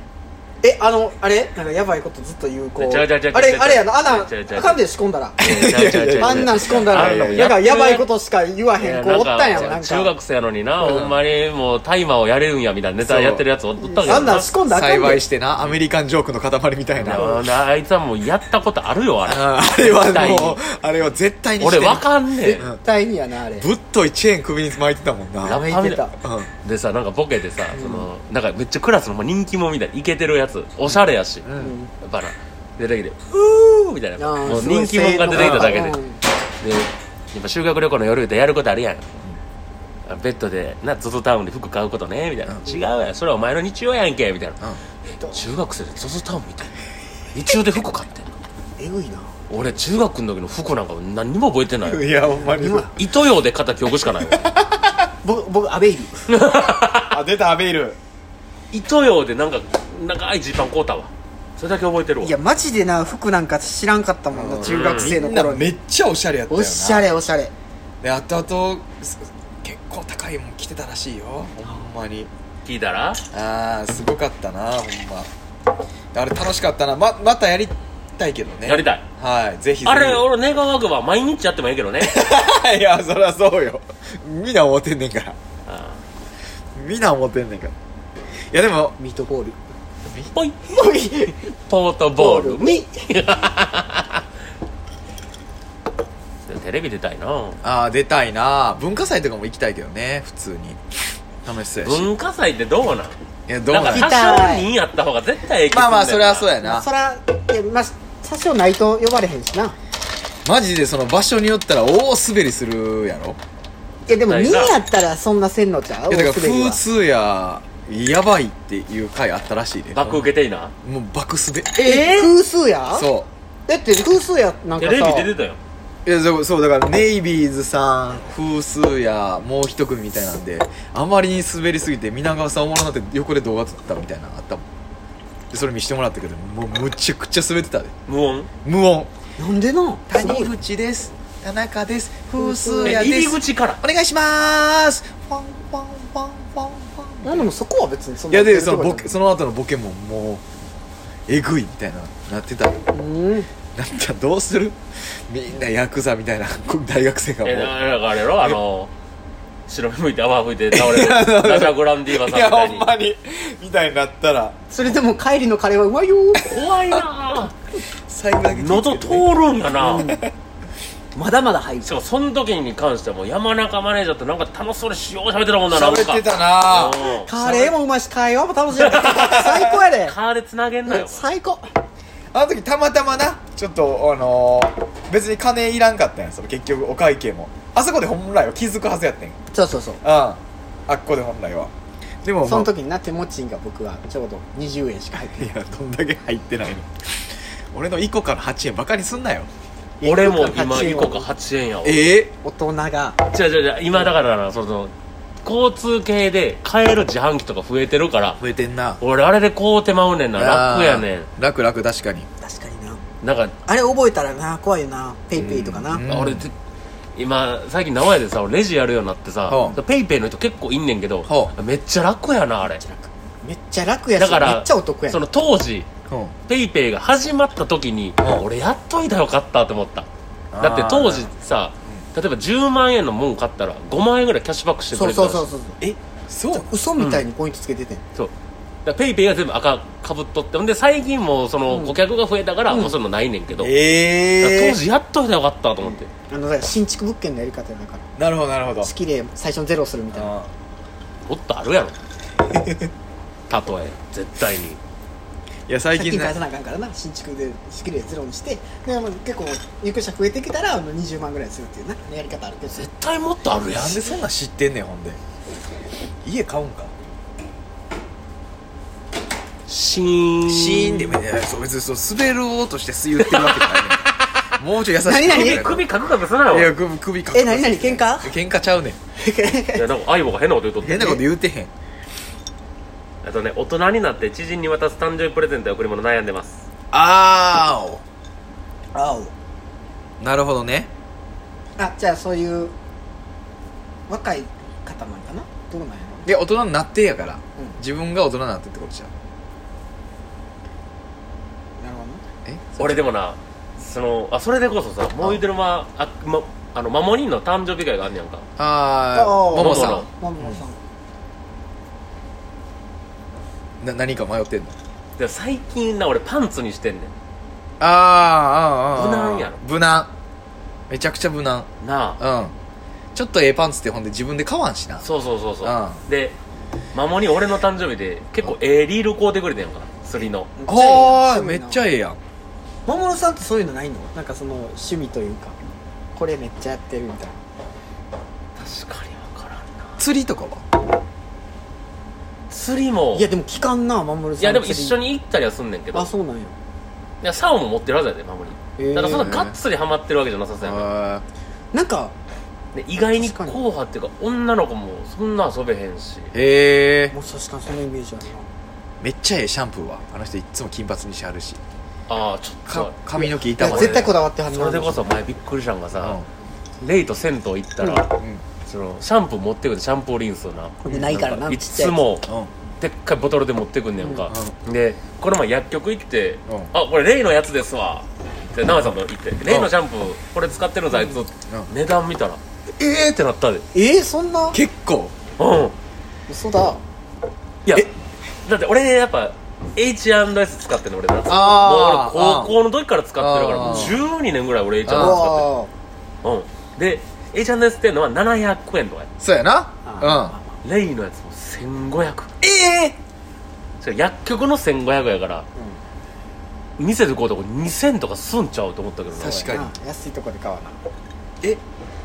あのあれなんかやばいことずっと言う子
ち
あ
ゃうちゃうちゃうちゃう
れあれやなあんなん
ちゃうちゃうちゃう
あかんで仕込んだら
ちゃうちゃうちゃうちゃう
あんなん仕込んだ
あんな
ら
もん
なんか
や
や
って
ば
る
いことしか言わ
い
へ
や
ん子おったやんなん
中
か
学生やのにな、ほんまにもう大麻をやれるんやみたいなネタやってるやつおったけど
あんなん仕込んだらあかん
幸
で
いしてなアメリカンジョークの塊みたいな
ななあいつはもうやったことあるよあれ
あーあれ
絶対に
はもうあれは絶対にして
俺
る
わかんねえ
絶対にやなあれ
ぶっといチェーン首に巻いてたもんな
ラ
うん
ブパ
巻いてた
でさなんかボケてさ、そのなんかめっちゃクラスのほんま人気者みたいなイケてるやつおしゃれやし、やっぱな出てきて「うー」みたいな
あー
もう
すご
人
い
気者が出てきただけで
うん
でやっぱ修学旅行の夜でやることあるやんベッドでな ZOZO タウンで服買うことねみたいな、違うやんそれはお前の日曜やんけみたいな、中学生で ZOZO タウンみたいな日曜で服買ってんの
えぐいな
俺中学の時の服なんか何にも覚えてないよ
うんいやほんまに
糸用で買った記憶しかないわ
僕僕アベイル
あ出たアベイル
糸用でなんか長いジーパン買うたわそれだけ覚えてるわ
いやマジでな服なんか知らんかったもんな中学生の
みんな
頃に
めっちゃおしゃれやったよ
お
な
しゃれおしゃれ
で後々す結構高いもん着てたらしいよほんまに
聞いたら
ああすごかったなほんまあれ楽しかったなままたやりたいけどね
やりたい
はいぜひぜひ
あれ俺願わくば毎日やってもいいけどね
いやそりゃそうよみんな思ってんねんから
あ
みんな思ってんねんからいやでも
ミートボール
ーポイポートボール
ミ
テレビ出たいな
ああ出たいな文化祭とかも行きたいけどね普通に楽しそうやし
文化祭ってどうなん
いやどうな
なんん
行
か
ま
き
多
た
少
い
人やった方が絶対影響する
あまあそれはそう
や
やな
そらえまあ多少ないと呼ばれへんしな
マジでその場所によったら大滑りするやろ
いやでも
ない
2
な
やったらそんなせんのちゃう
いやだから
大滑りは
風通ややばいっていう回あったらしいで
バック受けていいな
もう爆滑
え風数や
そ
だって風数やなん
テ
か
レビ
さ
出てたよ
ういやそうそうだからネイビーズさん風数やもう一組みたいなんであまりに滑りすぎて皆川さんおもろなって横で動画撮ってたみたいなのあったもんでそれ見してもらったけどもうむちゃくちゃ滑ってたで
無音
無音
なんでな
谷口です田中です風数
え
や
入
で
り
す
口から
お願いしますファンファンファンファンファン
なんでもそこは別にそん
い
な
やでそのボ
僕
ケその後のボケももうえぐいみたいななってたなっ
うん
たどうするみんなヤクザみたいなこ大学生がもう
えだからあれやろあの白目向いて泡吹いて倒れるラジャグランディーバさん
い
み
や
た
ほ
い
ん
に
まにみたいになったら
それでも帰りのカレーはうまいよ
怖いな
最後だけ気をつ
喉
け
通
てね
るんやな
まだまだ入る
しかもその時に関してはもう山中マネージャーとなんか楽しそうにしよう喋ってたもんななんか
喋ってたな
うん
カレーもうまいし会話も楽しい最高やで
カーでつなげんなよ
最高
あの時たまたまなちょっとあのー別に金いらんかったんやその結局お会計もあそこで本来は気づくはずやってんうん
そうそうそう
あっこで本来はでもまあ
その時にな手持ちが僕はちょうど20円しか入って
いやどんだけ入ってないの俺の1個から8円バカにすんなよ
俺も今
1
1
個
個
か
か8円やわ違
ええ
大人が
う違う違う今だからなその交通系で買える自販機とか増えてるから
増えてんな
俺あれでこう手まうねんな楽やね
ん楽楽確かに
確かになん
なんか
あれ覚えたらな怖いよなペイペイとかな、
うん
あ俺て今最近名古屋でさ俺レジやるようになってさ
ほう
ペイペイの人結構いんねんけど
ほ
めっちゃ楽やなあれ
めっちゃ楽や
だ
しめ
から
っちゃお得や
そ
ん
の当時
うん
ペイペイが始まった時に
うん
俺やっといたらよかったと思った
あー
だって当時さ例えば10万円のもん買ったら5万円ぐらいキャッシュバックしてく
そ
れ
う
てた
そう
らしい
そうそう
えそうな
嘘
の
みたいにポイントつけててん、
そうだからペイペイが全部赤かぶっとってほんで最近もうその顧客が増えたからもうそういうのないねんけど、だから
ええ
当時やっといたらよかったと思って、
あのだから新築物件のやり方やだから
なるほどなるほど
式で最初にゼロするみたいな
あ
もっとある やろ例え絶対に
ーいや最
借
近
金返
な
さなあかんからな新築で式でゼロにしてでもう結構入居者増えてきたらあの20万ぐらいするっていうなやり方あるけど
絶対もっとあるやん
なんでそんなん知ってんねんほんで家買うんか
シーン
シーンでもいやそう別にそう滑る音して言ってるわけじゃないねんもうちょい優しく
何々
言うてくれ
首カクカクすなよ
い
いや
や首首か
え何々喧嘩
喧嘩ちゃうねん
なんか相棒が変なこと言うとって
変なこと言うてへん
あとね大人になって知人に渡す誕生日プレゼントや贈り物悩んでます
あー
あ
おなるほどね
おあじゃあそういう若い方なんかなどうなんやろ
いや大人になってやから、
うん
自分が大人になってってことじゃん
なるほどね
え
俺でもなそのあそれでこそさもう一度のまあまあのマモニンの誕生日会があんねやんか
あ
あ
あ
ー
ももさ
もも
まあまあさん
んな何か迷ってんの
でも最近な俺パンツにしてんね
あーあーあー
無難やろ
無難めちゃくちゃ無難
んなあ
うんちょっとええパンツってほんで自分で買わんしな
そうそうそうそう、
あ
でマモニン俺の誕生日で結構ええリール買うてくれてんやんか釣りの
ああめっちゃ
ええ
ええやん
桃野さんってそういうのないのなんかその趣味というかこれめっちゃやってるみたいな
確かに分からんな
釣りとかは
釣りも
いやでも聞かんな守さん
いやでも一緒
に
に行ったりはすんねんけど
あそうなんや
いや竿も持ってるはずやでマモニン
ええ
ただそんなガッツリハマってるわけじゃなさそうやん
あ
なんか
で意外に
確か
硬
に
派っていうか女の子もそんな遊べへんし
ーへえ
もしかしたらそのイメージあるな
めっちゃええシャンプーはあの人いっつも金髪にしはるし
ああちょっ
か
と
髪の毛
い
痛
や
ま
絶対こだわってはる
それでこ
そ
そ前びっくりしたんがさ、
う
レイと銭湯行ったら、
んうん
そのシャンプー持ってくるシャンプーリンスをな
れでないからなち
い
っちゃ
つ
い
も
うん
でっかいボトルで持ってくんねんか、でこの前薬局行って「
うん
あこれレイのやつですわ」って奈さんと行って「レイのシャンプーこれ使ってるぞあいつ、値段見たら「ええー!」ってなったで
ええそんな
結構
うん
嘘だ
いや
え
だって俺やっぱ H&S 使ってるの俺なもう俺
あー
高校の時から使ってるから
あ
もう
ー
12年ぐらい俺 H&S
う
あ
使
わ
ってるうんで H&S っていうのは700円とかや
そうやなうん
レイのやつも1500
ええ
それ薬局の1500やから、店でこうとこ2000とかすんちゃうと思ったけどな
確
ー
かに
な安いとこで買わな
え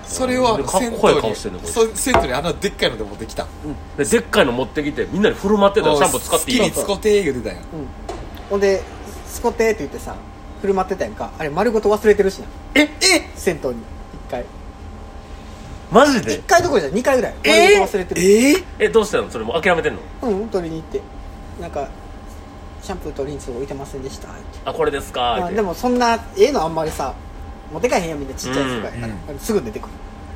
それは
でかっこいい顔してんねこいつ
銭湯にそ銭湯にあんなでっかいので持ってきた
ででっかいの持ってきてみんなに振る舞ってたよシャンプー使っていい
スッキリ使っていい言うてたやん
ほんでスコテって言ってさ振る舞ってたやんかあれ丸ごと忘れてるしな
ええ
銭湯に一回
マジ
一
で
回どころじゃない二回ぐらい
えー
丸ごと忘れてる
ええ
えどうしたのそれもう諦めてんの
うん取りに行ってなんかシャンプーとリンスを置いてませんでしたって
あこれですか
ま
ー
あ
っ
で
て
もそんなええのあんまりさ持ってかへんやんみんなちっちゃい世界やから
うん
あのすぐ出てくる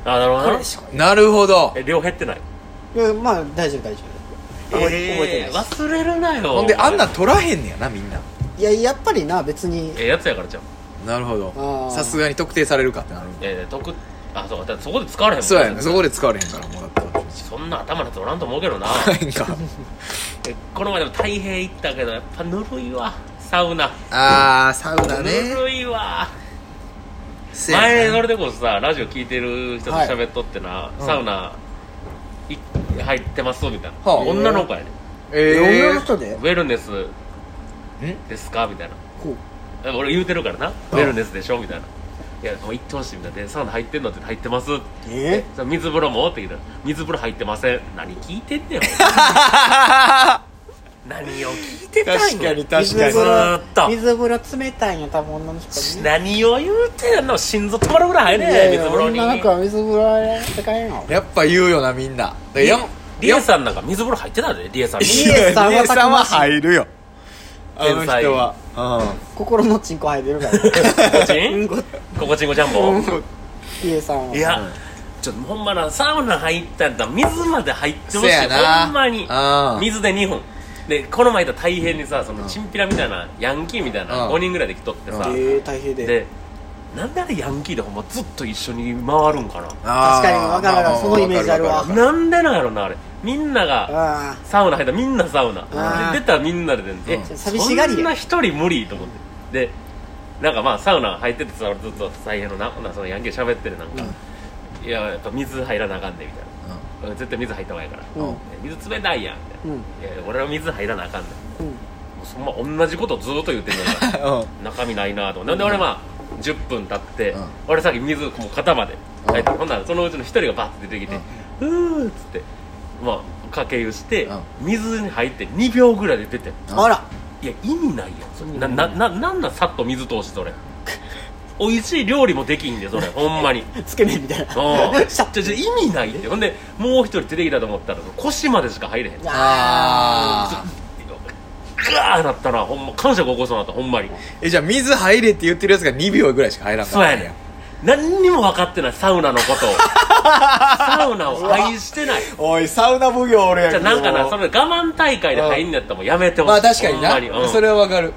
あなるほ
こ
ど
れ
な
でしょ
なるほど
え量減ってない
いやまあ大丈夫大丈夫覚え覚えてないし
忘れるなよ
ほんであんなん取らへんねやなみんない
ややっぱりな別に
ええやつやからじゃん
なるほど
あー
さすがに特定されるかってなる
ええ得あそうかだってそこで使われへんもん
そうやねそこ
で
で使われへんからもうだったら
そんな頭のやつおらんと思うけどな
なんか
えこの前でも太平行ったけどやっぱぬるいわサウナ
あーサウナ
ぬ
ね
るいわ
せやな
前それでこそさラジオ聞いてる人と喋っとってな、
うん
サウナい入ってますみたいな、
はあ
女の子やね
え女
え
の人で
ウェルネス
ん
ですかみたいな
こう
でも俺言うてるからな、ウェルネスでしょみたいないやもう行ってほしいみたいなでサウナ入ってんのって入ってます
え
その水風呂もって聞いたら 水風呂入ってません何聞いてんねん何を聞いて
たいんや
確かに確かに
水風呂
ずーっと
水風呂冷たいんや多分女の人ね
何を言うてんの心臓止まるぐらい入れないい
や
水風呂
女の
に
子は水風呂あれ高いの
やっぱ言うよなみんなだよ
リエさんなんか水風呂入ってたでリエさん
いエさんはたくましい
さんは入るよあの
天才
人は
心のチンコ入ってるから
ココチンココチンコジャンボ
イエさんはい
やちょっとほんまなサウナ入ったんだ水まで入ってほしい
せやな
ほんまに
うん
水で2分でこの前いた大変にさそのチンピラみたいなヤンキーみたいな
うん
5人ぐらいで来とってさ
ええ大変で
でなんであれヤンキーでほんまずっと一緒に回るんか
確
確かにわかるわかるそのイメージあるわ
ななんでなんやろなあれみんなが
あ
サウナ入ったらみんなサウナ
あー
で出たらみんなで出んで
うん
え
寂しがりや
そんな一人無理と思ってでなんかまあサウナ入っててさ俺ずっと最悪のななそのヤンキー喋ってるなんか、いややっぱ水入らなあかんねみたいな、絶対水入った方がいいから、
うん
水冷たいやんみたいな、
うん
いやいや俺は水入らなあかんねんも
あうん
うそんま同じことずっと言ってんのに中身ないなあと思ってなんで俺まあ10分経って、
うん
俺さっき水もう肩まで
うん
入ってほんならそのうちの一人がバッて出てきて「うー」っつってまあかけ湯して、
うん
水に入って2秒ぐらいで出て
あ
あら
いや意味ないやんそれななななんなんさっと水通してそれ 美味しい料理もできんでそれほん まに
つけ麺みたいな
うん
シャッ
じゃじゃ意味ないってほんでもう一人出てきたと思ったら腰までしか入れへんガ
あー
ーなったなほんま感触起こそうなったほんまに
えじゃあ水入れって言ってるやつが2秒ぐらいしか入らんか
そうやねん何にも分かってないサウナ のことをサウナを愛してない
おいサウナ奉行俺や
じゃあなんかなそれ我慢大会で入んのやったらもうやめてほしい
まあ確かに
ほんま
な
うん
それはわかる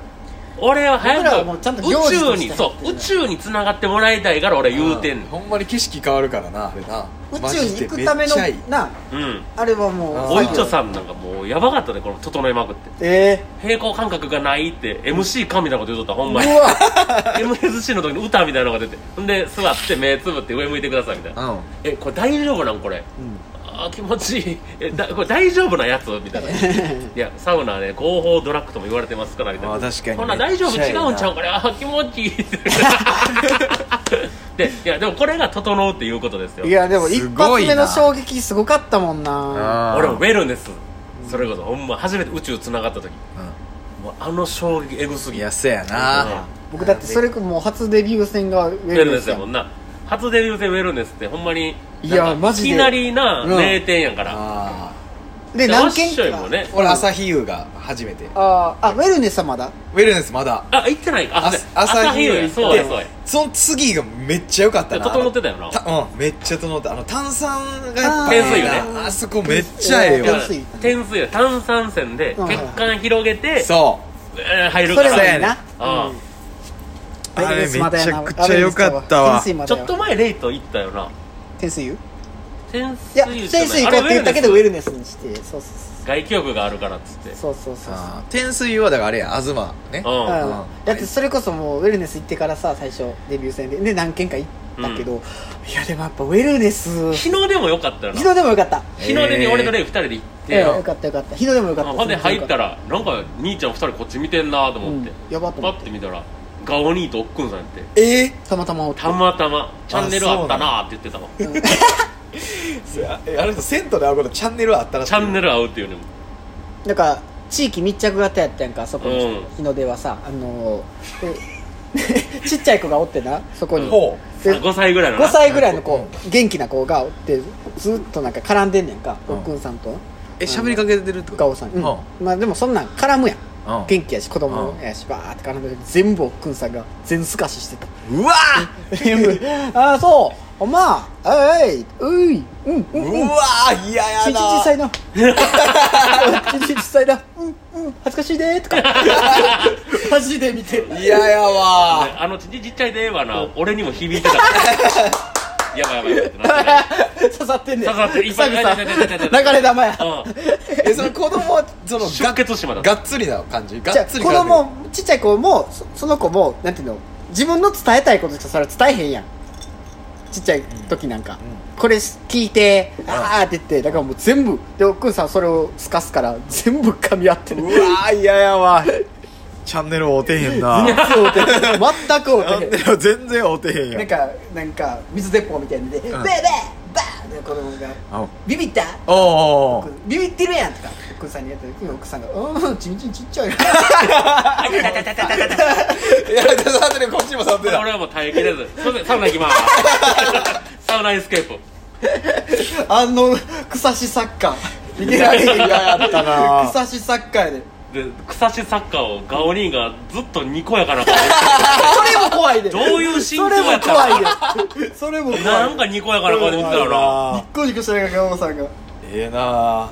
俺は早
僕らは
く
もうちゃんと行
宇
事と
宙
して
に
やってる
そう宇宙に繋がってもらいたいから俺言うてんの
ほんまに景色変わるからなあれな
宇
マ
宙
ジ
に
で
行くための
めっちゃいい
な
うん
あれはもう
あ
おいちょ
ん
さんなんかもうやばかったでこの整えまくって
え
平行感覚がないって MC かみたいなこと言うとったほんまに MSC の時に歌みたいなのが出てほんで座って目つぶって上向いてくださいみたいな
うん
えこれ大丈夫なんこれ、あー気持ちいい えだこれ大丈夫なやつみたいないやサウナはね合法ドラッグとも言われてますからみたいな
あー確かに
こんなん大丈夫
めっちゃ
違
いいな
うんちゃうんこれあー気持ちいいってでいやでもこれが整うっていうことですよ
えいやでも一
すご
発
い
目
な
の衝撃すごかったもんな
あー
俺もウェルネスそれこそほんま初めて宇宙つながった時もうあの衝撃エグす
うん
ぎ
いやせやな
僕だってそれこそもう初デビュー戦がウ
ウ
ェ
ェルネスや
ん
もんな初デビュー戦ウェルネスってほんまに
いや
なんか
マジで
いきなりな
うん
名店やから
あー
で
でワッ
何件
ショイ
か
もね
俺朝日湯が初めて
あーあウェルネスはまだ
ウェルネスまだ
あ行ってないあ
あ
そうや朝日
湯
よ
行
や
って
そうやそうや
その次がめっちゃ良かったな
整ってたよな
たうんめっちゃ整ったあの炭酸がやっぱ
あー
ええな
天
あそこめっちゃええ
いや
だか
よ
ら
安い
点数や炭酸泉で
うん
血管広げて
そ
えー入る
そ
か
れもい
ら
いな
あ
うあれめちゃく
ウ
ち
ェ
ゃ
ルネ
良
スは
かったわ
天水ま
ち
で
ょっと前レイと行ったよな
天水湯
潜
いや
水
天
湯じゃない
水湯行こうって言ったけどウェ
ル
ルネスにしてそうそ
外気浴があるからっつってうん
うそうそうそうそう
あー天水はだからあれや東ね
あ
う
う
ん
んだってそれこそもうウェルネス行ってからさ最初デビュー戦でで何軒か行ったけど、いやでもやっぱウェルネス
日の出も良かったよな
日の出もよかった
日の出に俺とレイ2人で行って
ええよかったよかった日の出もよかった
ほんで入っ
ら
たらなんか兄ちゃん2人こっち見てんなと思って
うんやばと思
パ
って
ッて見たらガオ兄とおっくんさんやって
ええ
たまたまおった
またまチャンネルあったなーって言ってたわ
あえあの人銭湯で会うことチャンネルはあったらしい
チャンネル合うっていうのも
なんか地域密着型やったやんかそこの
うん
日の出はさ、あのーで ちっちゃい子がおってなそこに、
ほ
で
5歳ぐらいのな
5歳ぐらいの子元気な子がおってずっとなんか絡んでんねんかおっくんさんと
え喋りかけてるってこと
ガオさん、
う
うん
んうん
まあでもそんなん絡むやん
うん
元気やし子供やしバーって絡んでる全部おっくんさんが全すかししてた
うわ
全部ああそうおまあえいえいういうんう
ー
ん
うわー嫌や
ちんちん小
な
さいなちんちん小さいなうんうん恥ずかしいでーとかマジで見て
嫌やわ
あのちちっちゃいではな俺にも響いてた からやばいやばいやばいってなって
刺さってんねん
刺さってるいっぱい
久々
痛い痛い痛い痛い痛い
流れ玉や
うん
えその子供はその
出血しまだ
がっつりな感じが
じゃあ
っつり
子供ちっちゃい子もそその子もなんていうの自分の伝えたいことしかそれは伝えへんやんちっちゃい時なんか、これ聞いてああって言ってだからもう全部でおっくんさんそれをすかすから全部噛み合ってる
うわー嫌やわチャンネルおてへん な
そうで全く合う
チャ
てへ
ン
ん
ネル全然おてへんや
なんかなんか水鉄砲みたいなんで「ベーベーバーン!」って子供が
あ
「ビビった
おうおうおう
ビビってるやん」とかくんさんにやった時奥さんが「うんちんちんちっちゃいな」
やられて触ってるこっちも 触って た
俺はもう耐えきれずすいませんサウナ行きます サウナエスケープ
あの草しサッカー逃げられへん
いややったな
草しサッカーやで
で草しサッカーをガオニーがずっとにこやかな顔して
それも怖いで
どういう
そ
心
れ
境や
も
ったの
怖いでそれも怖い
なんかにこやかな顔で見てたよな
ニッコニコしながらガオさんが
ええな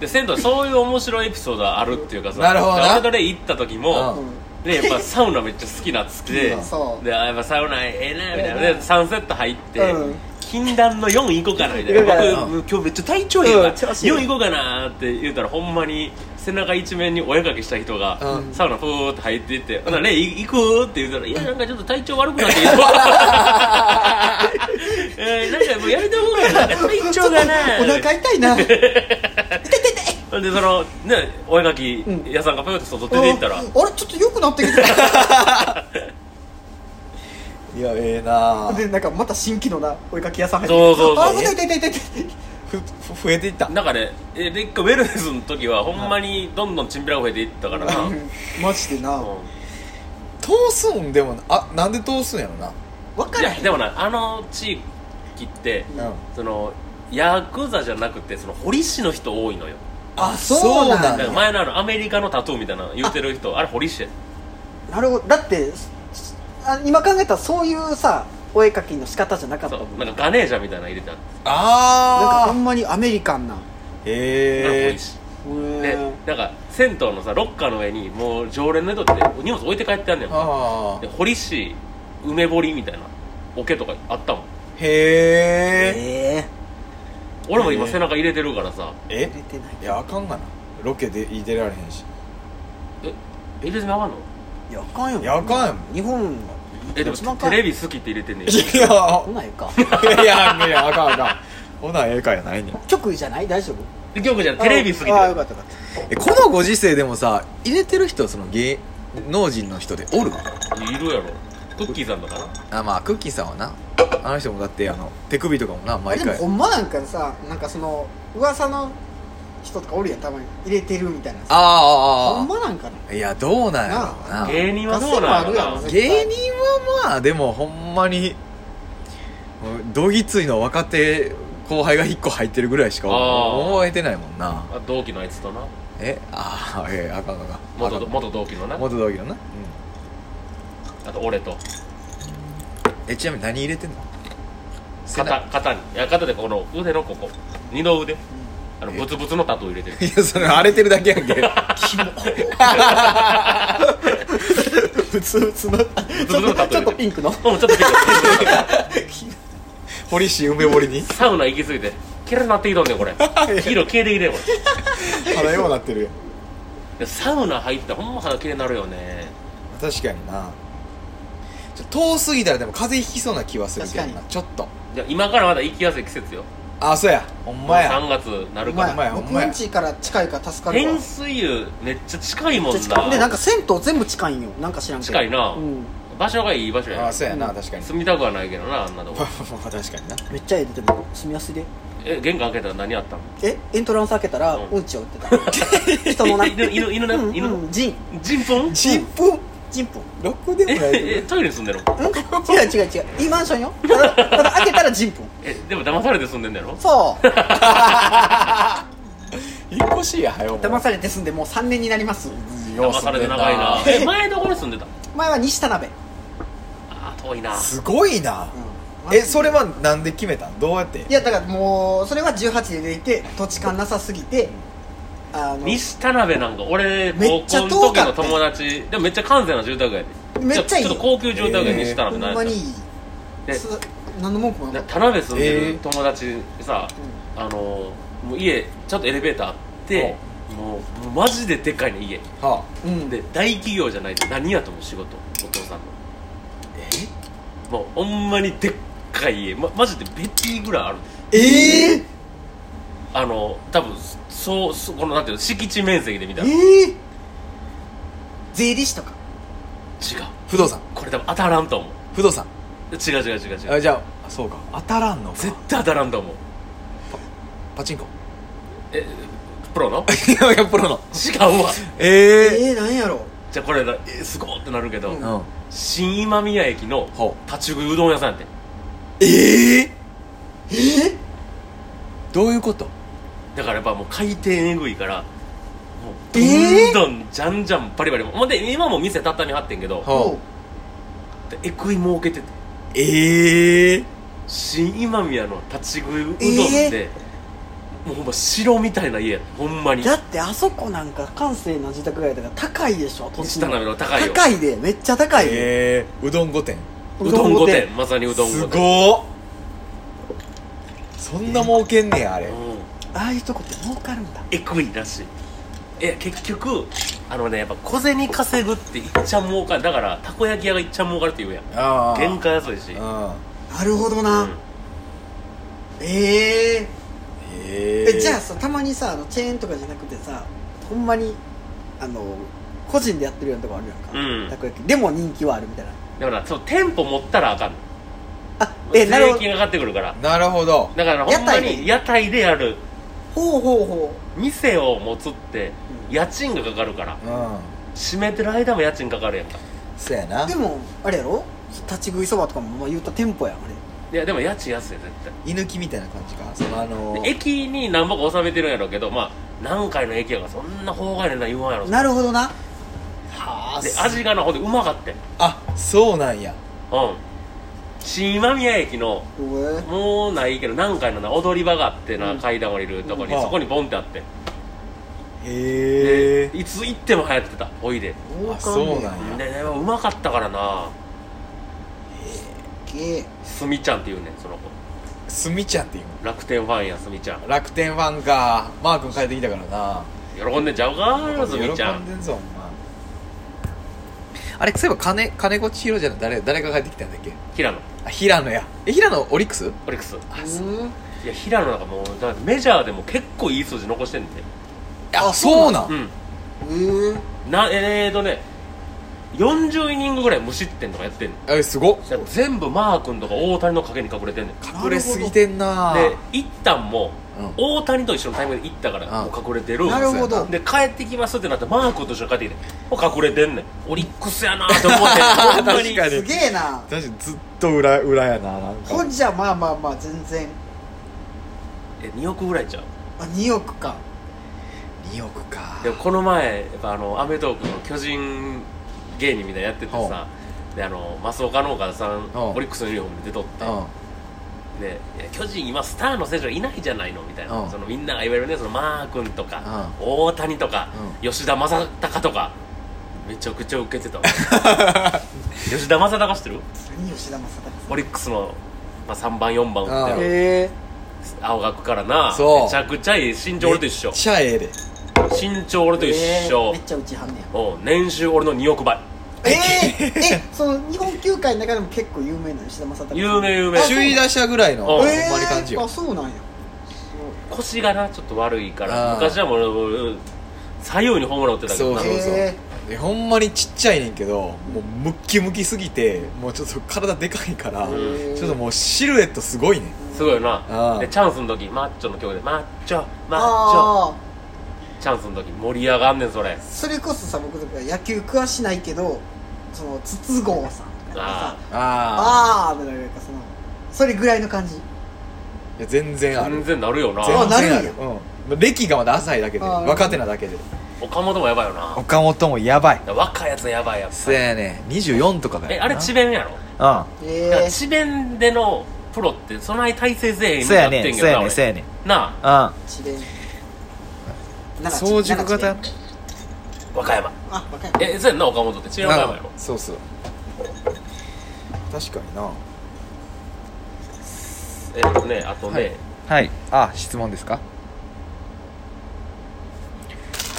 で銭湯そういう面白いエピソードあるっていうかさ
なるほどな
ガオドレ行った時も、
うん
でやっぱサウナめっちゃ好きなっつって
そう
であやっぱサウナええなみたいなでサンセット入って、
うん
禁断の4行こうかなみたいな
行こうかな
僕今日めっちゃ体調いいから、
うん調子いい
4行こうかなって言うたらほんまに背中一面にお絵かきした人が、
うん
サウナふーって入っていって「ほなレイ行く?」って言うたら「いやなんかちょっと体調悪く なってきた」えーなんかもうやめた方がいいな体調がな
お腹痛いな
でそのねお絵かき屋さんがパヨッと外出て行ったら、
あれちょっと良くなってきた
いやええな
でなんかまた新規のな追いかけ屋さん入って
そうそうそう
あ痛い痛い痛い痛い
ふふ増えていった
なんかねえで一回ウェルネスの時はほんまにどんどんチンピラが増えていったからな、うん
マジでな
通すんでもなあなんで通すんやろな
分か
い
ら
や
へん
でもなあの地域って、
うん
そのヤクザじゃなくてその堀市の人多いのよ
あ
そうな
だ
んだ
から前のあのアメリカのタトゥーみたいなの言ってる人あれ堀市や
なるほどだってあ今考えたらそういうさお絵かきの仕方じゃなかった
そ
もん
う
な
なんんかガネージャみたいなの入れてあっ
かほ
ああ
んまにアメリカンな
て、なんか
え
堀市で
へ
なんか銭湯のさロッカーの上にもう常連の人って荷物置いて帰ってあんねん
ー、あ
で堀市梅堀みたいなオケとかあったもん
ーへえ
え
俺も今
えー
背中入れてるからさ
出
え
てない
いやあかんがなロケで出られへんし
え入れてなかんの
いやあかんよ
いやあかんやもん
日本
えで
一番
も
か
テレビ好きって入 れてんねん
いや
来ないか
いやいやあかんあかんほなええかやないねん
局じゃない大丈夫
で京子ち ゃんテレビ好き
ああよ
で
かったよかった
えこのご時世でもさ入れてる人その芸能人の人でおる
いるやろクッキーさんだから
あまあクッキーさんはなあの人もだってあの手首とかもな毎
でも
回
ほんまなんかさなんかその噂の人とかおるやんたまに入れてるみたいなさほ
あ
ん
ーあ
ま
ー
なんかな
あーいやどうなんやろう
な
な
芸人はどうなの
ガセもある
か
やろ
な
絶対
芸人はまあでもほんまにうんどぎついの若手後輩が1個入ってるぐらいしか
あー
思えてないもんな
あ同期のあいつとな
えああええあかんあかんあか
元
ん
ど元同期のな
元同期のな、うん
あと俺と
えちなみに何入れてんの背
肩
中
肩にいや肩でこの腕のここ二の腕あのブツブツのタトゥー入れてる
いやそれ荒れてるだけやんけ
普通普通のち
ブツブツのタト
ょっ
ゥー
と
入れ
ピ
て
ンクの
るうんちょっと聞いて
堀市梅堀に
サウナ行き過ぎてキラになってきとんねんこれ黄色消えてきてんこれ
肌ようなってるよ
でサウナ入ったらほんま肌綺麗になるよね
確かになちょっと遠すぎたらでも風邪ひきそうな気はするけど
確
な
か
ちょっと
じゃあ今からまだ行きやすい季節よ
あそうやほんまや
3月なる
お前
から
ほんまやほんま
僕
や
んちから近いから助かるわ
天水湯めっちゃ近いもん
めっちゃ近いでな
なん
か銭湯全部近いんよなんか知らんけど
近いな
うん
場所がいい場所や
あ
な
そうやな確かに
住みたくはないけどなあんなとこ
まあ 確かにな
めっちゃええででも住みやすいで
え玄関開けたら何あったの
えエントランス開けたら
うん
うんちを売ってた 人のな
犬犬犬な
うん
犬
うんジン
ジンポン
チップ
ジンポン
ろくでもない
ええ
け
トイレに住んでるの
ん違う違う違ういいマンションよただただ開けたらジンポン
えでも騙されて住んでんだよ
そう
ど引っ越しやはよもう
騙されて住んでもう3年になります
よう
騙
住
さ
ん
れ
で
て
ん
長いなえ前どこに住んでた
前は西田鍋
あー遠いな
すごいな
うん
えそれはなんで決めたんどうやって
いやだからもうそれは18で出ていて土地勘なさすぎてあの
西田辺なんか俺
め
高
っちゃ
校
遠
の
かっ
時
た
の友達でもめっちゃ完全な住宅街で
めっちゃいい
ちょっと高級住宅街
えー
西田
ほん
辺なん
ま
や
にいい
で
そ何の文句もな
な
かっ
田辺住んで
えー
る友達さ、あのーもう家ちょっとエレベーターあってもうもうマジででかいね家
は
たうん
で大企業じゃないと何やと思う仕事お父さんのもうほんまにでっかい家、ま、マジでベティぐらいある
あええ
あの多分そうそうこのなんていうの敷地面積で見た
え
ら違う
ー税理士とか
不動産
これ多分当たらんと思う
不動産
違う違う違う違う
あじゃあそうか当たらんのか
絶対当たらんと思う
パチンコ
えプロの
いやプロの
違うわ
ええ
えー、なんやろ
じゃあこれだえーすごーってなるけど、
うん
新今宮駅の
ほ
立ち食いうどん屋さんやって
ええどういうこと
だからやっぱもう回転えぐいからもう
えー
どんどんじゃんじゃんバリバリほんで今も店畳みはってんけど
ほ
えくい儲けてて
うええ
新今宮の立ち食いうどんって、もうほんま城みたいな家やほんまに
だってあそこなんか関西の自宅街だから高いでしょ土地
下鍋の高いよ
高いでめっちゃ高いで、
ええうどん御殿
うどん御
御
殿
殿
まさにうどん
す
御殿
ごっそんな儲けんねやあれ
うん
ああいうとこって儲かるんだ
えくいらしいえ結局あのねやっぱ小銭稼ぐっていっちゃ儲かるだからたこ焼き屋がいっちゃ儲かるって言うやん
ああ
原価安いし
うん
なるほどな、
うん
ええ
え
え
え
じゃあさたまにさあのチェーンとかじゃなくてさほんまにあの個人でやってるようなとこあるやんか、
うん
たこ焼きでも人気はあるみたいな
だからそう店舗持ったらあかんの
あえ
税
なるほど
金がかかってくるから
なるほど
だからほんまに屋台でやる
ほうほうほ
店を持つって
うん
家賃がかかるから
うん
閉めてる間も家賃かかるやんか
そやな
うでもあれやろ立ち食いそばとかもまあ言うたら店舗やんあ
いやでも家賃安いよ絶対
居抜きみたいな感じかそのあの
で駅に何ぼか収めてるんやろうけどまあ何回の駅やからそんな法外なの言わんやろ
れなるほどな
は
で味がなほんでうまかってん
あそうなんや
うん新今宮駅の
うえ
もうないけど何回のな踊り場があってな、
うん
階段降りるとこに、
うん
そこにボンってあって
へえ
いつ行っても流行ってたおいで
あそうなんや
ででもうまかったからな
け
すみちゃんっていうねんその子
すみちゃんっていうの
楽天ファンやすみちゃん
楽天ファンかマー君帰ってきたからな
喜んでんちゃうかすみちゃ
喜ん
ん
でんぞほんまあれそういえば金金子千尋じゃない誰誰が帰ってきたんだっけ
平野
あ平野やえ平野オリックス
オリックス
あ
う
そ
ん
いや平野なんかもうだからメジャーでも結構いい数字残してんねんて
あそうなん
う
う
ん
ん
なえーとね40イニングぐらい無失点とかやってんの
えすごっ
だから全部マー君とか大谷の影に隠れてんねん
隠れすぎてんな
で一旦も
うん
大谷と一緒のタイミングで行ったか
う
ら
ん
もう隠れてる
なるほ
そう
ど
や
で帰ってきますってなってマー君と一緒に帰ってきてもう隠れてんねんオリックスやなと思ってほんまに
確か
す
に
げえな
確かにずっと裏裏やななん
ほ
か
んじゃまあまあまあ全然
え2億ぐらいちゃう
あ2億か
2億か
でもこの前やっぱあの『アメトーーク』の巨人芸人みたいなやってて
ほ
さであの増岡の岡田さん
ほう
オリックスのユニフォームで出とってでいや巨人今スターの選手がいないじゃないのみたい
うん
なそのみんながいわゆるねそのマー君とか大谷とか
う
吉田正尚とかめちゃくちゃウケてた 吉田正尚知ってる
何吉田正尚
オリックスの、まあ、3番4番打っ
うん
てる
へえ
青学からな
そう
めちゃくちゃいい身長俺と一緒
めっちゃええで
身長俺と一緒
めっちゃうちはんねや
おう年収俺の2億倍
えええその日本球界の中でも結構有名な吉田正尚
有名有名
あそう
首位打者ぐらいの
うん
ほん
え
まに感じ
ー、あ
よ
そうなんや
腰がなちょっと悪いか
あ
ら
ー
昔はもううん左右にホームラン打ってたけどな
そうそうそう
え
でほんまにちっちゃいねんけどもうムッキムキすぎてもうちょっと体でかいから
うん
ちょっともうシルエットすごいね
すごいよな
うん
でチャンスの時マッチョの曲でマッチョマッチョ
ああ
チャンスの時盛り上がんねんそれ
それこそさ僕とか野球詳しないけどその筒香さんとかさ
あ
あーあ
あ
ーってなんかそのそれぐらいの感じ
いや全然あ
全
る
然なるよな
全
あなるん
然
や
あるうん歴がまだ浅いだけで
あー
若手なだけで
岡本もやばいよな
岡本もやばい
若いやつやばいやつ
せやね24とかだよ
えあれ智弁やろ
うん
え
だから
え
智弁でのプロってそない体制せえへん
そうや
なって
ね
んけ
そ
ど
う
な
やね
俺
そうやね
な
うん
智弁なんか
早熟
なん
型
か智弁
あ和歌山
あ若い
えそうやんな岡本って智弁和歌山やろ
そうそう確かにな
えっとねあとね
はいあ質問ですか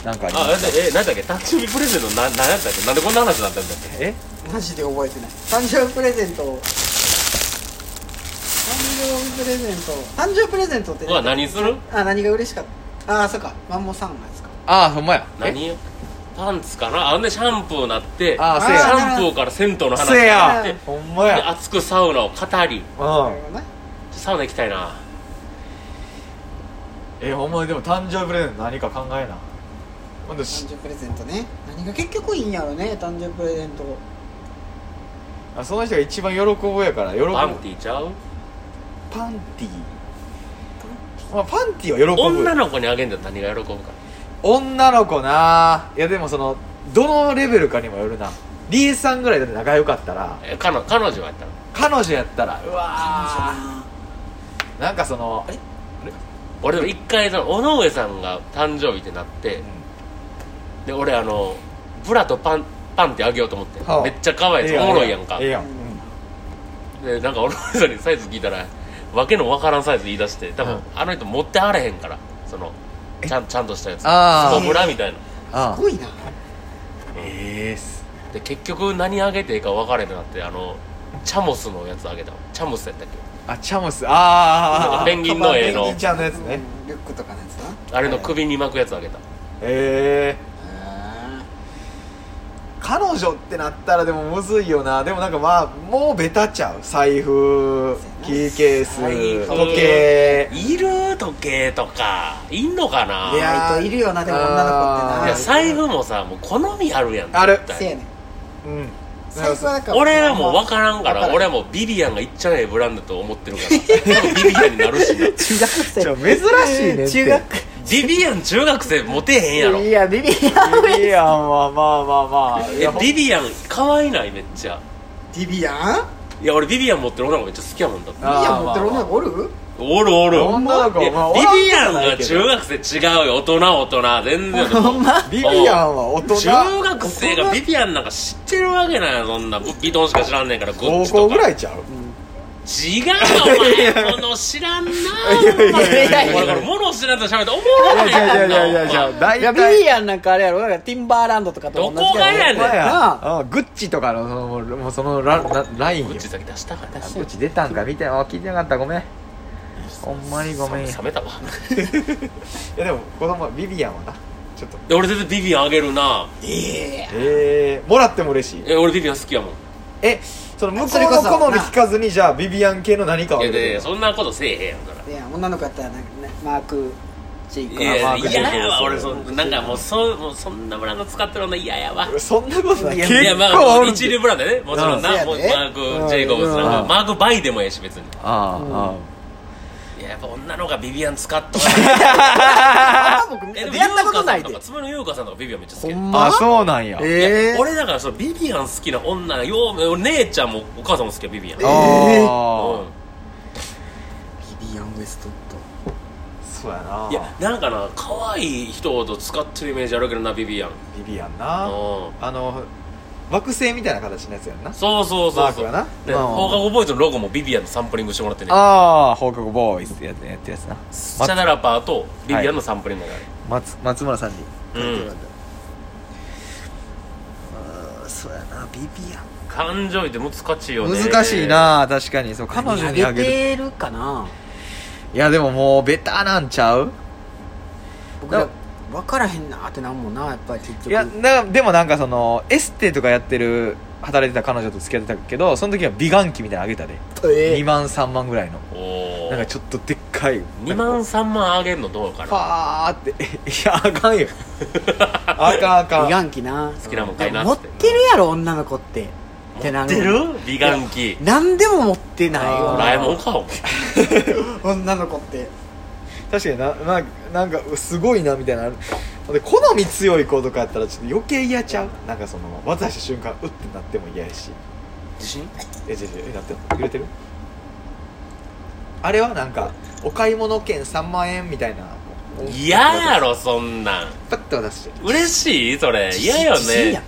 なんかありま
あ
す
ええ何だっけ誕生日プレゼントな何やったっけなんでこんな話になったんだっけ
え
マジで覚えてない誕生日プレゼントを誕生日プレゼントを誕生日プレゼントって
うわ何する
あ何が嬉しかったああそっかマンモさんのやつか
あほんまやえ
何パンツかなあんでシャンプーなって
あ
シ
せや
ャンプーから銭湯の話
せ
に
や
なって
ほんま
で
や
熱くサウナを語り
うん
これはね
サウナ行きたいな
えほんまにでも誕生日プレゼント何か考えなほんで
誕
し
生日プレゼントね何が結局いいんやろね誕生日プレゼント
あその人が一番喜ぶやから喜ぶ
パンティちゃう
パンティまあ、パンティは喜ぶ
女の子にあげんだったら何が喜ぶか
女の子ないやでもそのどのレベルかにもよるなリーさんぐらいだって仲良かったら
え彼女彼女はやったの
彼女やったらうわーなんかその
俺でも一回その尾上さんが誕生日ってなって、で俺あのブラとパンパンってあげようと思って、
はあ
めっちゃ可愛いやつおもろいやんか
ええやん、
う
でなんか尾上さんにサイズ聞いたらわけのわからんサイズ言い出して多分、
うん
あの人持ってはれへんからそのちゃんちゃんとしたやつ
あー
スポブラみたいな
あ
すごいな
ええっす
で結局何あげていいか分かれへんくなってあのチャモスのやつあげたわチャモスやったっけ
あチャモスああ
ペンギンの絵の
ペンギンちゃんのやつね
うんリュックとかのやつな
あれの首に巻くやつあげた
ええ
あ
彼女ってなったらでもむずいよなでもなんかまあもうベタちゃう財布キーケース
財布
時計
いる時計とかいんのかな
や
ー
い
ー
意外といるよなでも女の子って
あー
ない
や財布もさもう好みあるやん
ある
絶対
せやねん
うん
財布はだから
俺はもう分からんか
わ
ら俺はもうビビアンがいっちゃないブランドと思ってるから多分ビビアンになるしな
中学生
ちょ珍しいねんて
中学
ビビアン中学生モテへんやろ
いやビビアン
いやまあまあまあまあい
え
やほん
ビビアン可愛いないめっちゃ
ビビアン
いや俺ビビアン持ってる女の子めっちゃ好きやもんだっ
ビ
て
ビアン持ってる女
あーまあま
の
あ
子おる
おるおる
女の子
いや
まあ
ビビア
おら
ン
んこ
が
とない
中学生違うよ大人大人全然
ほんま
ビビアンは大人
中学生が
大人
ビビアンなんか知ってるわけないよそんなビトンしか知らんねんからグッ
高
チ
校
と
ぐら
か
いちゃう
違うお前この知らんなお
いやいやいやいや
前これ物知らんと喋っておもろ
い
ない
やいやいやいや
ん
いや
い
大
やビ
体
ビアンなんかあれやろだからティンバーランドとかと同じ
どこがやねん
ほんまや
な
うんグッチとかのそのもうそのララライン
グ
よ
ッチ先出したから
あグッチ出たんか見てあ聞いてなかったごめんほんまにごめんい
冷めたわ
やでも子供はビビアンはなちょっと
俺全然ビビアンあげるな
ええもらっても嬉しい
え俺ビビアン好きやもん
えその向こ
それ
う
こ
の
そ
好み聞かずにじゃあビビアン系の何かを
い
あ
や
げ
いやい
て
やそんなことせえへんやんから
いや女の子やったらなんかねマークチー
い
ク
やい
まあ
や
グッチ
嫌やわ
そう
俺そんなんかもうそもうそんなブランド使ってるの嫌やわ
そんなことない
いや
結
いやま
構
あ
おるん
一流ブランドやねもちろん
うん
な
せ
も
や
う
で
マーク・ジェイコブスなん
う
か
ん
マーク・バイでもええし別に
ああああ
いややっぱ女の子がビビアン使っとかな
あ 僕出
え
会
で
っ
も
たことない
優
で
香さんとか妻の優香さんとかビビアンめっちゃ好き
ほ
や
ん
あ
ま
そうなんや
い
え
や俺だからそのビビアン好きな女がよう姉ちゃんもお母さんも好きやビビアン、
ああ
う、
ビビアン・ウェストウッド
そうやなん
いやなんかな可愛い人と使ってるイメージあるけどなビビアンうん
ビビアンなあの惑星みたいな形のやつやんな
そうそ
マ
うそう
ーク
そう
やな
で
まあ
放課後ボーイズのロゴもビビアンのサンプリングしてもらってね
ああ放課後ボーイズってやつやってるやつな
スチャダラパーとビビアンのサンプリングがある、
松松村さんに
うん
あそうやなビビアン
誕生日って難しいよね
難しいな確かにそう彼女にあげる
るかない
やでももうベタなんちゃう
僕ら分からへんなーってなんもんなやっぱり結局
いやなでもなんかそのエステとかやってる働いてた彼女と付き合ってたけどその時は美顔器みたいなのあげたで
え
2万3万ぐらいの
お
なんか
ー
ちょっとでっかい
2万3万あげんのどうかな好
パーって いやあか んよあかんあか
美
ん
顔器な
きなもん買いな
持
っ
っててるやろ女の子ってってな
持ってる美顔器
何でも持ってない
あ
ド
ー
ラえ
よ
もんかお前
女の子って
確かになななんかすごいなみたいなのあるで好み強い子とかやったらちょっと余計嫌ちゃうなんかその渡した瞬間うってなっても嫌やし
自信
えじゃえなって揺れてるあれはなんかお買い物券3万円みたいな
嫌やろそんなん
パッと渡して
嬉しいそれ嫌よ
自信や
ね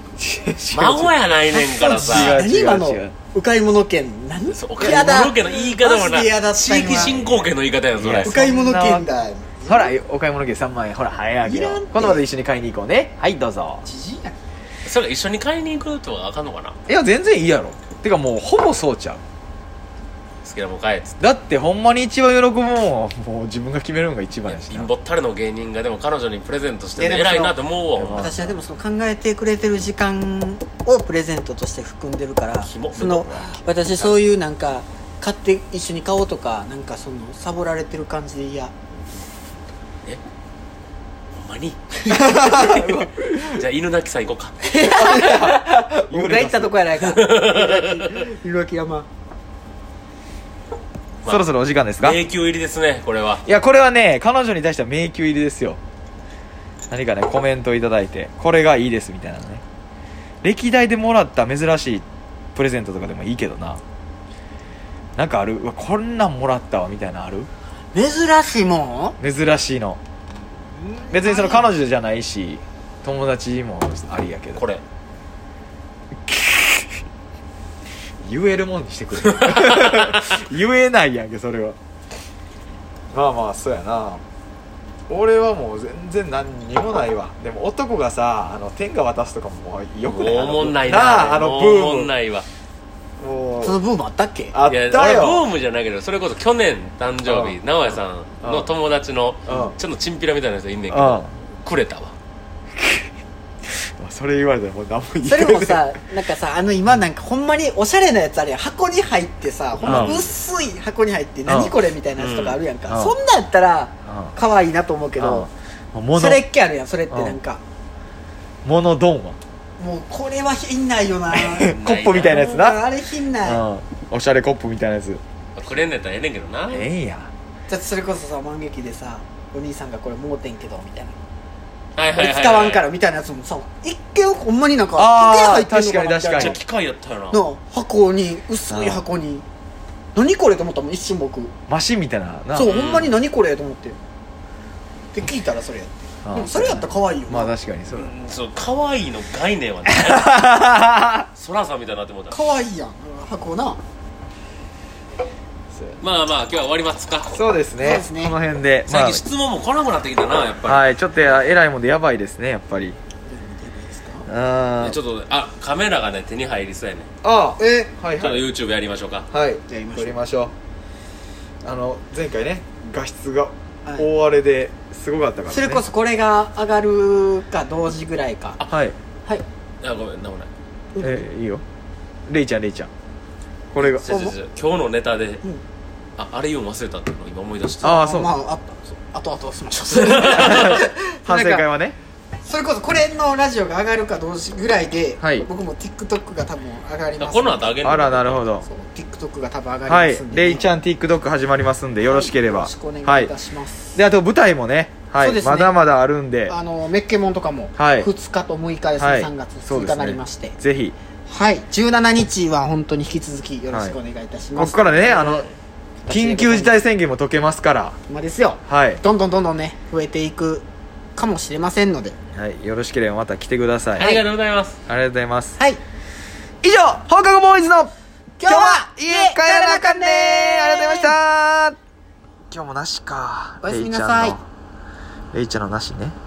ん
孫やないねんからさ
違う違う
何今のお買い物券何
そうお金儲けの言い方も
マジ
な
で嫌だった
地
今
域振興券の言い方やんそ
いや
れ
お買い物券だ
ほらお買い物券3万円ほら早い
いらん
よ
って
今度また一緒に買いに行こうねはいどうぞ
じじいやん
それ一緒に買いに行くとかあかんのかない
や全然いいやろてかもうほぼそうちゃう
好きなもん買えっつって
だってほんまに一番喜ぶもんはもう自分が決めるのが一番やしな
貧乏ったれの芸人がでも彼女にプレゼントして
いやでも
偉いなと思う
その
わ
私はでもその考えてくれてる時間をプレゼントとして含んでるから
キモ
その私そういうなんか買って一緒に買おうとかなんかそのサボられてる感じで嫌
え何 じゃあ犬鳴さん行こうか
僕が行ったとこ やないか 岩木山
そろそろお時間ですか、
迷宮入りですねこれはい
やこれはね彼女に対しては迷宮入りですよ何かねコメントいただいてこれがいいですみたいなのね歴代でもらった珍しいプレゼントとかでもいいけどななんかあるうわこんなんもらったわみたいなのある
珍しいも
珍しいの別にその彼女じゃないし友達もありやけど
これ
言えるもんにしてくれ 言えないやんけそれはまあまあそうやな俺はもう全然何にもないわでも男がさあの天が渡すとかもよくない
おもんない
な
な
ああの
も
ブ
う
ーム
おもんないわ
も
ん
う
そのブームあったっけ
あっ
いや俺
たよ
ブームじゃないけどそれこそ去年誕
う
生日
ん
直哉さんの友達の
うん
ちょっとチンピラみたいな人いんねんけ
うん
どくれたわ
それ言われたらもう何も言え
そ
ない
れもさなんかさあの今なんかほんまにおしゃれなやつあるやん箱に入ってさほんま
うん
薄い箱に入って何これみたいなやつとかあるやんか、
うん
そんなんやった
う
ら
ん
可愛いなと思うけど、
うんもう
そ
物
れっけあるやんそれってなんか、
モノドンは
もうこれはひんないよな
コップみたいなやつな
あれひんない、
うんおしゃれコップみたいなやつ
くれんねんやったらええねんけどな
ええんや
じゃあそれこそさ万劇でさお兄さんがこれもうてんけどみたいな
はいはいは
俺
いはい
使わんからみたいなやつもさ一見ほんまになんか
あー
一見入ってんのなみたい
確
な
かに確か
めっちゃ機械やったよな
の箱に薄い箱に何これと思ったもん一瞬僕
マシンみたいなな
そう
うん
ほんまに何これと思ってで聞いたらそれやって
あー
でもそれやったら可愛いよ
まあ
な
確かにそうだ
うんそう可愛いの概念はね ソラさんみたいになって思った
可愛いやん箱な
まあまあ今日は終わりますか
そうですね
そうですね
この辺で
最近質問も来なくなってきたなやっぱ
はい、ちょっとえらいもんでやばいですね、やっぱり。う
り
ー
ね
ん。
ちょっとあカメラがね手に入りそうやね
あえはい
ちょっ
は
と
い。
YouTube やりましょうか
はい、
やりましょう
撮りましょう。あの、前回ね、画質が
はい
大荒れですごかったからね。
それこそこれが上がるか同時ぐらいか
はい。
はい
あごめんなごめん
え、いいよ。レイちゃん、レイちゃん。これが。
違う違う違う今日のネタで
うん
ああれ言うん忘れたっていうのを今思い出して
ああ、そう
ま。あああとあとしましょうそれ
反省会はね。
それこそこれのラジオが上がるか同時ぐらいで、
はい
僕も TikTok が多分上がり
あ
ます
この後あげる
あら、なるほど。
そう TikTok が多分上がり
は
ま
い
すん。で、
レイちゃ
ん
ん、TikTok 始まりますんで、よろしければ。
よろしくお願いいた
は
します、
い。で、あと舞台もね、は
そうで
い。
すね
まだまだあるんで、
あのメッケモンとかも
はい
2日と6日ですね、
はい
3月
そう
2
です
日
ね
になりまして、
ぜひ。
はい17日は本当に引き続きよろしくお願いいたしま
ここ
す、
からね、あの、緊急事態宣言も解けますから、
まですよ
はい。
どんどんどんどんね増えていくかもしれませんので
はい、よろしければまた来てください。
ありがとうございます
ありがとうございます。
はい
以上、放課後ボーイズの
今日は
家帰らなあかんねーありがとうございました今日もなしか。
おやすみなさい
レイちゃんの。レイちゃんのなしね。